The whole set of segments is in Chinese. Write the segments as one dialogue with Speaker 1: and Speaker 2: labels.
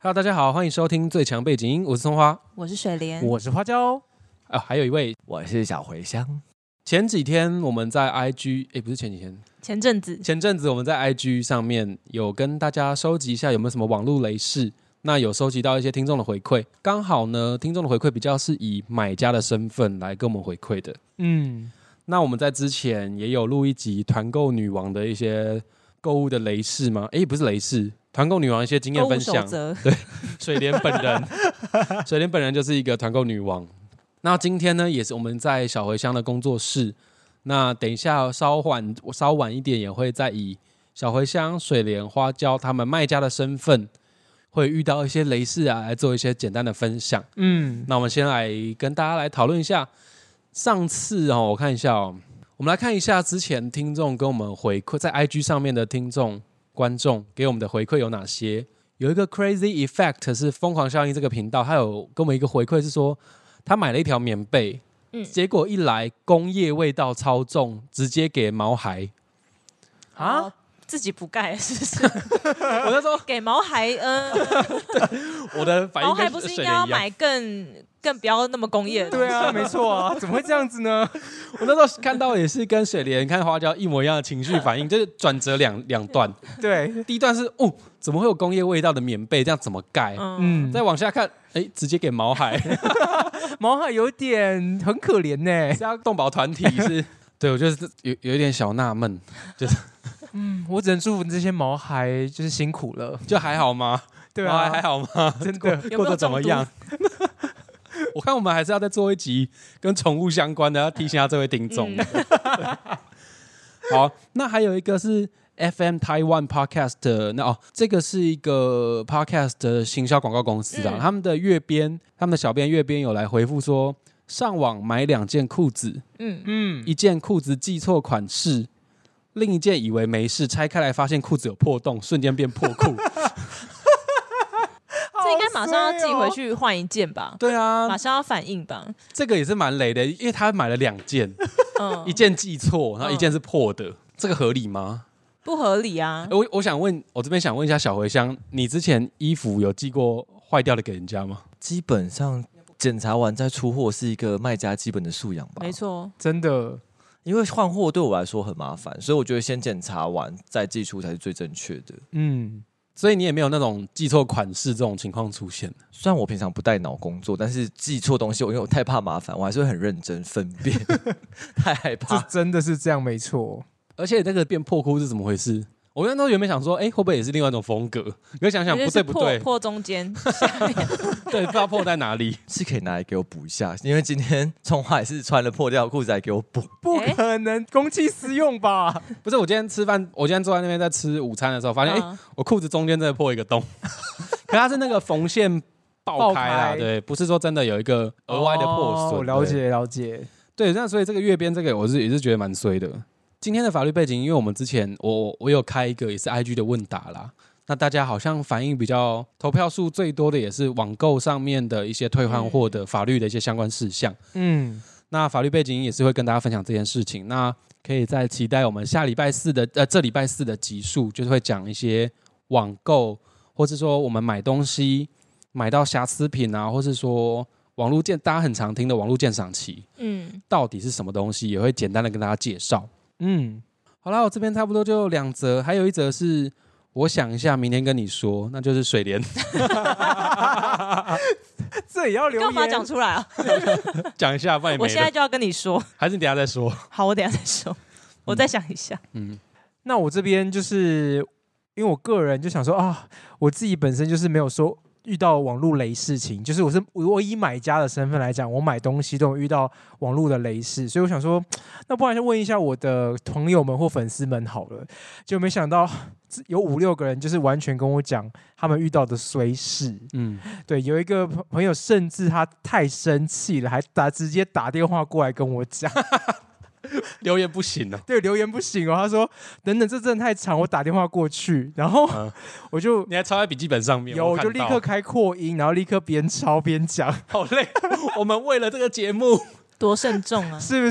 Speaker 1: Hello，大家好，欢迎收听最强背景音，我是葱花。
Speaker 2: 我是水莲，
Speaker 3: 我是花椒，
Speaker 1: 啊，还有一位，
Speaker 3: 我是小茴香。
Speaker 1: 前几天我们在 IG，哎，不是前几天，
Speaker 2: 前阵子
Speaker 1: 前阵子我们在 IG 上面有跟大家收集一下有没有什么网络雷事，那有收集到一些听众的回馈，刚好呢，听众的回馈比较是以买家的身份来跟我们回馈的。
Speaker 3: 嗯，
Speaker 1: 那我们在之前也有录一集团购女王的一些购物的雷事吗？哎，不是雷事，团购女王一些经验
Speaker 2: 购物
Speaker 1: 分
Speaker 2: 守
Speaker 1: 享。
Speaker 2: 则，
Speaker 1: 水莲本人，水莲本人就是一个团购女王。那今天呢，也是我们在小茴香的工作室。那等一下稍晚稍晚一点，也会再以小茴香、水莲、花椒他们卖家的身份，会遇到一些雷事啊，来做一些简单的分享。
Speaker 3: 嗯，
Speaker 1: 那我们先来跟大家来讨论一下，上次哦，我看一下哦，我们来看一下之前听众跟我们回馈在 IG 上面的听众观众给我们的回馈有哪些？有一个 Crazy Effect 是疯狂效应这个频道，他有跟我们一个回馈是说，他买了一条棉被，
Speaker 2: 嗯
Speaker 1: 结果一来工业味道超重，直接给毛孩。
Speaker 3: 啊
Speaker 2: 哦，自己不盖是不是？
Speaker 1: 我就说
Speaker 2: 给毛孩，嗯，
Speaker 1: 我的反应
Speaker 2: 毛孩
Speaker 1: 跟
Speaker 2: 不是应
Speaker 1: 水
Speaker 2: 该
Speaker 1: 莲
Speaker 2: 要
Speaker 1: 一样。
Speaker 2: 买更更不要那么工业的？
Speaker 3: 对啊，没错啊，怎么会这样子呢？
Speaker 1: 我那时候看到也是跟水莲看花椒一模一样的情绪 反应，就是转折两两段。
Speaker 3: 对，
Speaker 1: 第一段是哦，怎么会有工业味道的棉被？这样怎么盖？
Speaker 2: 嗯，
Speaker 3: 嗯，
Speaker 1: 再往下看，哎，直接给毛 孩，
Speaker 3: 毛海有点很可怜呢。
Speaker 1: 是要动保团体是？对，我就是有有一点小纳闷，
Speaker 3: 嗯， 我只能祝福这些毛孩就是辛苦了。
Speaker 1: 就还好吗？
Speaker 3: 对
Speaker 1: 毛
Speaker 3: 啊，
Speaker 1: 孩还好吗？
Speaker 3: 真的，
Speaker 2: 有没有
Speaker 1: 过得怎么样？ 我看我们还是要再做一集跟宠物相关的，要提醒一下这位听众。
Speaker 2: 嗯
Speaker 1: 好，那还有一个是 FM Taiwan Podcast 的，那哦，这个是一个 Podcast 的行销广告公司啊，
Speaker 2: 嗯
Speaker 1: 他们的月编，他们的小编月编有来回复说，上网买两件裤子，
Speaker 2: 嗯，
Speaker 3: 嗯，
Speaker 1: 一件裤子记错款式。另一件以为没事，拆开来发现裤子有破洞，瞬间变破 裤。
Speaker 2: 这应该马上要寄回
Speaker 3: 去。
Speaker 2: 去换一件吧，
Speaker 1: 对啊
Speaker 2: 马，上要反应吧，
Speaker 1: 这个也是蛮雷的，因为他买了两件，
Speaker 2: 嗯
Speaker 1: 一，件记错，然后
Speaker 2: 嗯
Speaker 1: 一件是破的，这个合理吗？
Speaker 2: 不合理啊，
Speaker 1: 我我想问，我这边想问一下小茴香，你之前衣服有寄过坏掉的给人家吗？
Speaker 4: 基本上检查完再出货是一个卖家基本的素养吧。
Speaker 2: 没，错，
Speaker 3: 真的，
Speaker 4: 因为换货对我来说很麻烦，所以我觉得先检查完再寄出才是最正确的。
Speaker 3: 嗯，
Speaker 1: 所以你也没有那种记错款式这种情况出现。
Speaker 4: 虽然我平常不带脑工作，但是寄错东西，我因为我太怕麻烦，我还是会很认真分辨，太害
Speaker 3: 这
Speaker 4: 怕。
Speaker 3: 真的是这样，没错。
Speaker 1: 而且那个变破裤是怎么回事？我那时候原本想说，哎、会不会也是另外一种风格？可是想想
Speaker 2: 有
Speaker 1: 不对
Speaker 2: 点是
Speaker 1: 不
Speaker 2: 破
Speaker 1: 对，
Speaker 2: 破中间，
Speaker 1: 对，不知道破在哪里。
Speaker 4: 是可以拿来给我补一下，因为今天葱花也是穿了破掉的裤子来给我补。
Speaker 3: 不
Speaker 2: 哎
Speaker 3: 可能，公器私用吧？
Speaker 1: 不是，我今天吃饭，我今天坐在那边在吃午餐的时候，发现，哎、
Speaker 2: 嗯
Speaker 1: 我裤子中间真的破一个洞， 可它是那个缝线爆开
Speaker 3: 爆
Speaker 1: 啦，
Speaker 3: 开
Speaker 1: 对，不是说真的有一个额外的破损。
Speaker 3: 哦了解了解。
Speaker 1: 对，那所以这个月边这个我是也是觉得蛮衰的。今天的法律背景，因为我们之前我我有开一个也是 IG 的问答啦，那大家好像反应比较投票数最多的也是网购上面的一些退换货的法律的一些相关事项。
Speaker 3: 嗯，
Speaker 1: 那法律背景也是会跟大家分享这件事情。那可以再期待我们下礼拜四的呃这礼拜四的集数，就是会讲一些网购，或是说我们买东西买到瑕疵品啊，或是说网络鉴大家很常听的网络鉴赏期
Speaker 2: 嗯，
Speaker 1: 到底是什么东西，也会简单的跟大家介绍。
Speaker 3: 嗯，
Speaker 1: 好啦，我这边差不多就两则，还有一则是我想一下，明天跟你说，那就是水莲
Speaker 3: 这也要留
Speaker 2: 干嘛
Speaker 3: 言？
Speaker 2: 讲出来啊？
Speaker 1: 讲一下，不然也
Speaker 2: 我
Speaker 1: 哎没
Speaker 2: 现在
Speaker 1: 了，
Speaker 2: 就要跟你说，
Speaker 1: 还是你等一下再说。
Speaker 2: 好，我等一下再说，我再想一下，
Speaker 1: 嗯，
Speaker 3: 那我这边就是因为我个人就想说啊，我自己本身就是没有说遇到网络雷事情，就是我是我以买家的身份来讲，我买东西都有遇到网络的雷事，所以我想说，那不然就问一下我的朋友们或粉丝们好了，就没想到。有五六个人就是完全跟我讲他们遇到的衰事，
Speaker 1: 嗯，
Speaker 3: 对，有一个朋朋友甚至他太生气了，还打直接打电话过来跟我讲，
Speaker 1: 留言不行了、
Speaker 3: 对，留言不行哦。他说：“等等，这真的太长，我打电话过去。”然后
Speaker 1: 嗯
Speaker 3: 我就
Speaker 1: 你还抄在笔记本上面，
Speaker 3: 有，我
Speaker 1: 看
Speaker 3: 就立
Speaker 1: 到
Speaker 3: 刻开扩音，然后立刻边抄边讲。
Speaker 1: 好累。我们为了这个节目
Speaker 2: 多慎重啊！
Speaker 3: 是不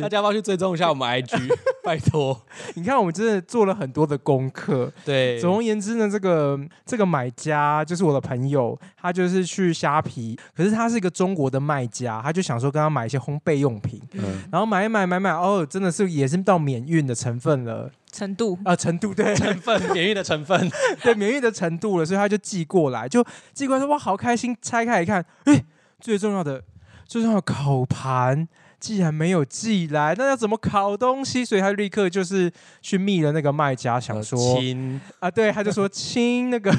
Speaker 1: 大？家要不要去追踪一下 我们 IG？拜托，
Speaker 3: 你看，我们真的做了很多的功课。
Speaker 1: 对，
Speaker 3: 总而言之呢，这个这个买家就是我的朋友，他就是去虾皮，可是他是一个中国的卖家，他就想说跟他买一些烘焙用品，
Speaker 1: 嗯
Speaker 3: 然后买一买买买，哦，真的是也是到免运的成分了，
Speaker 2: 程度
Speaker 3: 啊，程度 对
Speaker 1: 成分免疫的成分，
Speaker 3: 对，免运的程度了，所以他就寄过来，就寄过来说哇，好开心，拆开一看，哎，最重要的最重要的烤盘。既然没有寄来，那要怎么烤东西？所以他立刻就是去密了那个卖家，想说、
Speaker 1: 呃亲
Speaker 3: 啊，对，他就说亲那个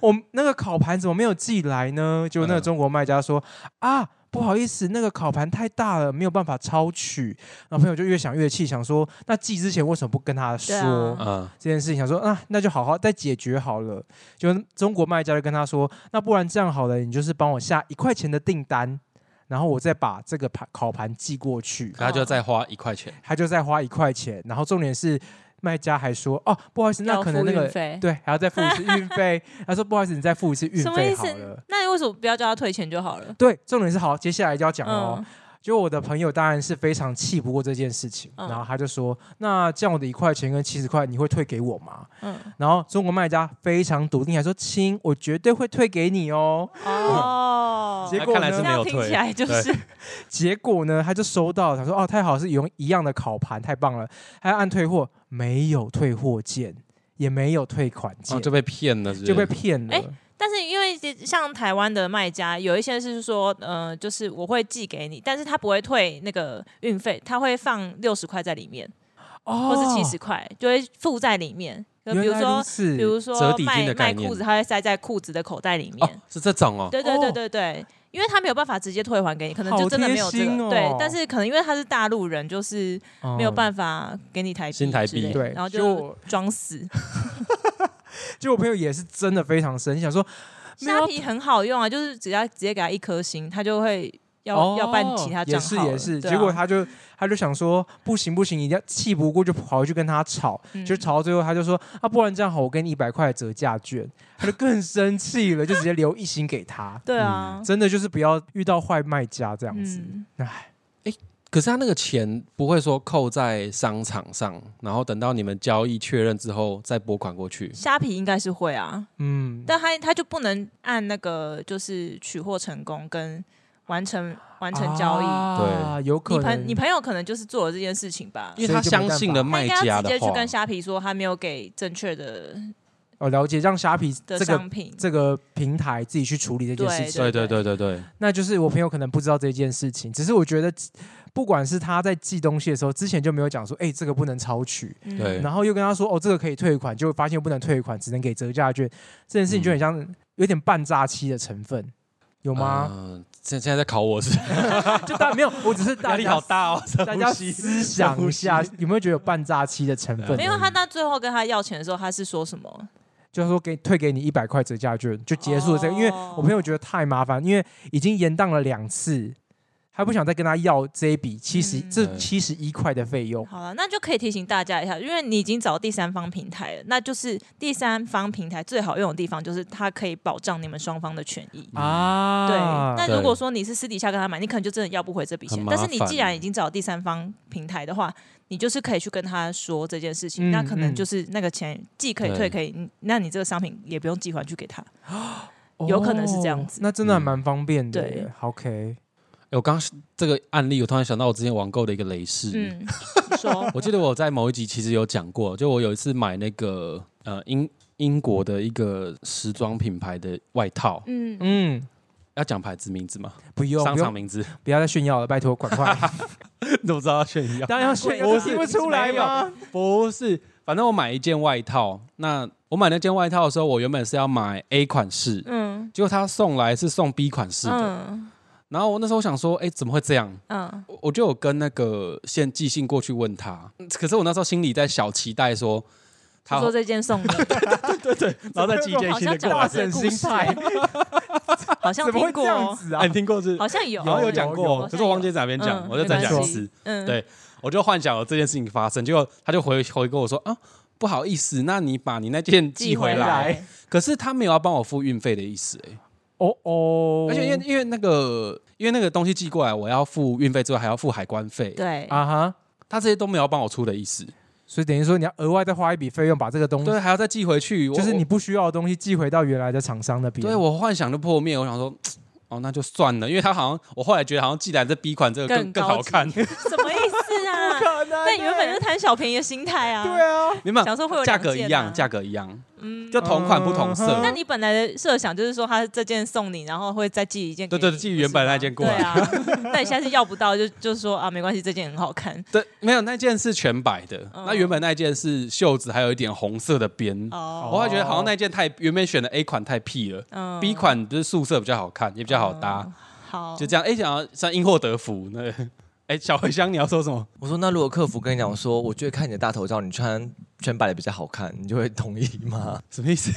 Speaker 3: 我们那个烤盘怎么没有寄来呢？就那个
Speaker 1: 嗯
Speaker 3: 中国卖家说啊。不好意思，那个烤盘太大了，没有办法抄取。然后朋友就越想越气，想说那寄之前为什么不跟他说、
Speaker 2: 对啊
Speaker 1: 啊，
Speaker 3: 这件事情？想说啊，那就好好再解决好了。就中国卖家就跟他说，那不然这样好了，你就是帮我下一块钱的订单，然后我再把这个盘烤盘寄过去。
Speaker 1: 可他就要再花一块钱，
Speaker 3: 他就再花一块钱，然后重点是卖家还说哦，不好意思，那
Speaker 2: 要
Speaker 3: 可
Speaker 2: 付
Speaker 3: 能那 个
Speaker 2: 运费，
Speaker 3: 对，还要再付一次运费。他说不好意思，你再付一次运
Speaker 2: 什么
Speaker 3: 费
Speaker 2: 意
Speaker 3: 好
Speaker 2: 思
Speaker 3: 了。
Speaker 2: 那你为什么不要叫他退钱就好了？
Speaker 3: 对，重点是好，接下来就要讲了哦。
Speaker 2: 嗯，
Speaker 3: 就我的朋友当然是非常气不过这件事情，
Speaker 2: 嗯
Speaker 3: 然后他就说：“那这样我的一块钱跟七十块，你会退给我吗
Speaker 2: 嗯？”
Speaker 3: 然后中国卖家非常笃定，还说：“亲，我绝对会退给你哦。
Speaker 2: 哦，
Speaker 3: 结
Speaker 1: 他
Speaker 3: 果
Speaker 1: 看来
Speaker 3: 呢
Speaker 1: 是
Speaker 2: 这
Speaker 1: 没有
Speaker 2: 样听起
Speaker 1: 退，
Speaker 2: 来就是
Speaker 3: 结果呢，他就收到了，他说：“哦，太好，是用一样的烤盘，太棒了。”他按退货，没有退货键，也没有退款键，
Speaker 1: 哦就被骗了是不是，
Speaker 3: 就被骗了。
Speaker 2: 哎但是因为像台湾的卖家，有一些是说，呃，就是我会寄给你，但是他不会退那个运费，他会放六十块在里面，
Speaker 3: 哦，
Speaker 2: 或是七十块，就会附在里面。就比
Speaker 3: 原
Speaker 2: 如
Speaker 3: 来如
Speaker 2: 说，
Speaker 3: 此，
Speaker 2: 比如
Speaker 1: 折
Speaker 2: 说
Speaker 1: 抵金
Speaker 2: 卖
Speaker 1: 的概
Speaker 2: 卖
Speaker 1: 念
Speaker 2: 裤子，他会塞在裤子的口袋里面。
Speaker 1: 哦，是这种哦，
Speaker 2: 对对对对对，因为他没有办法直接退还给你，可能
Speaker 3: 好
Speaker 2: 就真的没有这
Speaker 3: 贴心
Speaker 2: 个。
Speaker 3: 哦
Speaker 2: 对，但是可能因为他是大陆人，就是没有
Speaker 3: 法。
Speaker 2: 办法给你台币
Speaker 1: 哦
Speaker 2: 之
Speaker 1: 新
Speaker 2: 类的，
Speaker 1: 台币
Speaker 3: 哦对，
Speaker 2: 然后
Speaker 3: 就
Speaker 2: 就
Speaker 3: 我
Speaker 2: 装死。
Speaker 3: 就我朋友也是真的非常生气，想说没有
Speaker 2: 虾皮很好用啊，就是只要直接给他一颗星，他就会要、
Speaker 1: 哦
Speaker 2: 要办其他
Speaker 3: 也
Speaker 2: 账
Speaker 3: 是
Speaker 2: 号了。
Speaker 3: 也是，
Speaker 2: 对啊
Speaker 3: 结果他就他就想说不行不行，一定要气不过就跑回去跟他吵，
Speaker 2: 嗯
Speaker 3: 就吵到最后他就说啊，不然这样好，我给你一百块的折价券，他就更生气 了，就直接留一星给他。
Speaker 2: 对啊，
Speaker 3: 真的就是不要遇到坏卖家嗯这样子，
Speaker 2: 嗯，
Speaker 3: 哎、
Speaker 1: 可是他那个钱不会说扣在商场上，然后等到你们交易确认之后再拨款过去。
Speaker 2: 虾皮应该是会啊，
Speaker 3: 嗯，
Speaker 2: 但他他就不能按那个就是取货成功跟完成完成交易。
Speaker 3: 啊、有可
Speaker 2: 你朋
Speaker 3: 能
Speaker 2: 你朋友可能就是做了这件事情吧。
Speaker 1: 因为他相信了
Speaker 2: 他
Speaker 1: 卖
Speaker 2: 应该
Speaker 1: 家
Speaker 2: 要直
Speaker 1: 的
Speaker 2: 接去
Speaker 1: 话，
Speaker 2: 跟虾皮说，他没有给正确的
Speaker 3: 哦了解，让虾皮
Speaker 2: 的
Speaker 3: 这个
Speaker 2: 商品。
Speaker 3: 这个平台自己去处理这件事情。
Speaker 1: 对对对对对，
Speaker 3: 那就是我朋友可能不知道这件事情，只是我觉得，不管是他在寄东西的时候，之前就没有讲说，哎、这个不能抄取，
Speaker 2: 嗯
Speaker 1: 对
Speaker 3: 然后又跟他说，哦，这个可以退款，就发现不能退款，只能给折价券，这件事情就很像、有点半诈欺的成分，有吗？
Speaker 1: 嗯，现现在在考我 是
Speaker 3: 就大没 有，我只是大
Speaker 1: 啊压力
Speaker 3: 家
Speaker 1: 好大哦，
Speaker 3: 大家思想一 下，有没有觉得有半诈欺的成分？
Speaker 2: 没
Speaker 1: 嗯
Speaker 2: 有他，到最后跟他要钱的时候，他是说什么？
Speaker 3: 就是说给退给你一百块折价券就结束了这个，因为
Speaker 2: 哦
Speaker 3: 我朋友觉得太麻烦，因为已经延宕了两次，他不想再跟他要这一笔七十、
Speaker 2: 嗯
Speaker 3: 这七十一块的费
Speaker 1: 哦
Speaker 3: 用。
Speaker 2: 好了，那就可以提醒大家一下，因为你已经找第三方平台了，那就是第三方平台最好用的地方就是它可以保障你们双方的权益。
Speaker 1: 嗯
Speaker 3: 啊，
Speaker 2: 对，那如
Speaker 1: 对
Speaker 2: 果说你是私底下跟他买，你可能就真的要不回这笔
Speaker 1: 很
Speaker 2: 钱。
Speaker 1: 麻
Speaker 2: 但
Speaker 1: 烦
Speaker 2: 是你既然已经找第三方平台的话，你就是可以去跟他说这件事情，
Speaker 3: 嗯
Speaker 2: 那可
Speaker 3: 嗯
Speaker 2: 能就是那个钱既可以
Speaker 1: 对
Speaker 2: 退，可以，那你这个商品也不用寄还去给他。有可能是这样子
Speaker 3: 哦那真的还
Speaker 1: 嗯
Speaker 3: 蛮方便的耶。
Speaker 2: 对
Speaker 3: 好 OK，
Speaker 1: 哎我刚刚这个案例，我突然想到我之前网购的一个雷士，
Speaker 2: 嗯， 你说
Speaker 1: 我记得我在某一集其实有讲过，就我有一次买那个呃英英国的一个时装品牌的外套，
Speaker 2: 嗯，
Speaker 3: 嗯，
Speaker 1: 要讲牌子名字吗？
Speaker 3: 不用，
Speaker 1: 商
Speaker 3: 不
Speaker 1: 场
Speaker 3: 用，
Speaker 1: 名字，
Speaker 3: 不要再炫耀了，拜托，赶快。
Speaker 1: 你怎么知道要炫耀？
Speaker 3: 当然要炫
Speaker 1: 不
Speaker 3: 耀，
Speaker 1: 是
Speaker 3: 听不出来吗？
Speaker 1: 不是，反正我买一件外套，那我买那件外套的时候，我原本是要买 A 款式，
Speaker 2: 嗯
Speaker 1: 结果他送来是送 B 款式的，
Speaker 2: 嗯
Speaker 1: 然后我那时候想说，哎，怎么会这样？
Speaker 2: 嗯，
Speaker 1: 我我就有跟那个先寄信过去问他，可是我那时候心里在小期待说，
Speaker 2: 他
Speaker 1: 他
Speaker 2: 说这件 送的，
Speaker 1: 然后再寄一件
Speaker 2: 好
Speaker 1: 新
Speaker 2: 像
Speaker 1: 的
Speaker 2: 讲
Speaker 1: 过
Speaker 2: 过
Speaker 1: 来，
Speaker 2: 这
Speaker 3: 整
Speaker 2: 个故
Speaker 3: 形
Speaker 2: 事
Speaker 3: 态，
Speaker 2: 好像
Speaker 3: 怎么
Speaker 2: 听
Speaker 3: 会这
Speaker 2: 过
Speaker 3: 样
Speaker 2: 哦，
Speaker 3: 子
Speaker 1: 哎
Speaker 3: 啊
Speaker 1: 你？听过是？
Speaker 2: 好像有，
Speaker 1: 好像有讲
Speaker 3: 有
Speaker 1: 过，
Speaker 2: 有
Speaker 1: 可是我忘记在哪边讲，
Speaker 2: 嗯
Speaker 1: 我就再讲一次。，
Speaker 2: 没关系嗯，
Speaker 1: 对我就幻想有这件事情发生，结果他就回回跟我说啊，不好意思，那你把你那件寄回
Speaker 3: 寄回
Speaker 1: 来。
Speaker 3: 来，
Speaker 1: 可是他没有要帮我付运费的意思、欸，
Speaker 3: 哦哦，
Speaker 1: 而且因为因为那个因为那个东西寄过来，我要付运费之外还要付海关费，
Speaker 2: 对，
Speaker 3: 啊哈，
Speaker 1: 他这些都没有帮我出的意思，
Speaker 3: 所以等于说你要额外再花一笔费用把这
Speaker 2: 嗯
Speaker 3: 个东西，
Speaker 1: 对，还要再寄回去，我
Speaker 3: 就是你不需要的东西寄回到原来的厂商那边。
Speaker 1: 对我幻想的破灭，我想说。哦，那就算了，因为他好像，我后来觉得好像寄来这 B 款这个更
Speaker 2: 更高
Speaker 1: 好
Speaker 2: 级
Speaker 1: 看，
Speaker 2: 什么意思啊？
Speaker 3: 可能欸
Speaker 2: 但原本就是贪小便宜的心态啊。
Speaker 3: 对啊，
Speaker 1: 明白？
Speaker 2: 想说会有
Speaker 1: 价
Speaker 2: 两
Speaker 1: 格一
Speaker 2: 件
Speaker 1: 样，
Speaker 2: 啊
Speaker 1: 价格一样，
Speaker 2: 嗯，哦
Speaker 1: 就同款不同色
Speaker 3: 嗯。
Speaker 2: 那你本来的设想就是说，他这件送你，然后会再寄一件给
Speaker 1: 对对
Speaker 2: 你。
Speaker 1: 对寄原本那件过来
Speaker 2: 对啊， 那你下次要不到就就说啊，没关系，这件很 好看。
Speaker 1: 对，没有那件是全白的，
Speaker 2: 嗯
Speaker 1: 那原本那件是袖子还有一点红色的边。我
Speaker 2: 哦，
Speaker 1: 还觉得好像那件太原本选的 A 款太屁了
Speaker 2: 嗯哦
Speaker 1: ，B 款就是素色比较好看，也比
Speaker 2: 比
Speaker 1: 较好搭，。
Speaker 2: 嗯好，
Speaker 1: 就这样。哎，想要像因祸得福那。哎，小茴香，你要说什
Speaker 2: 啊
Speaker 1: 么？
Speaker 4: 我说那如果客服跟你讲说，我觉得看你的大头照，你穿全白的比较好看，你就会同意吗？
Speaker 1: 什么意思？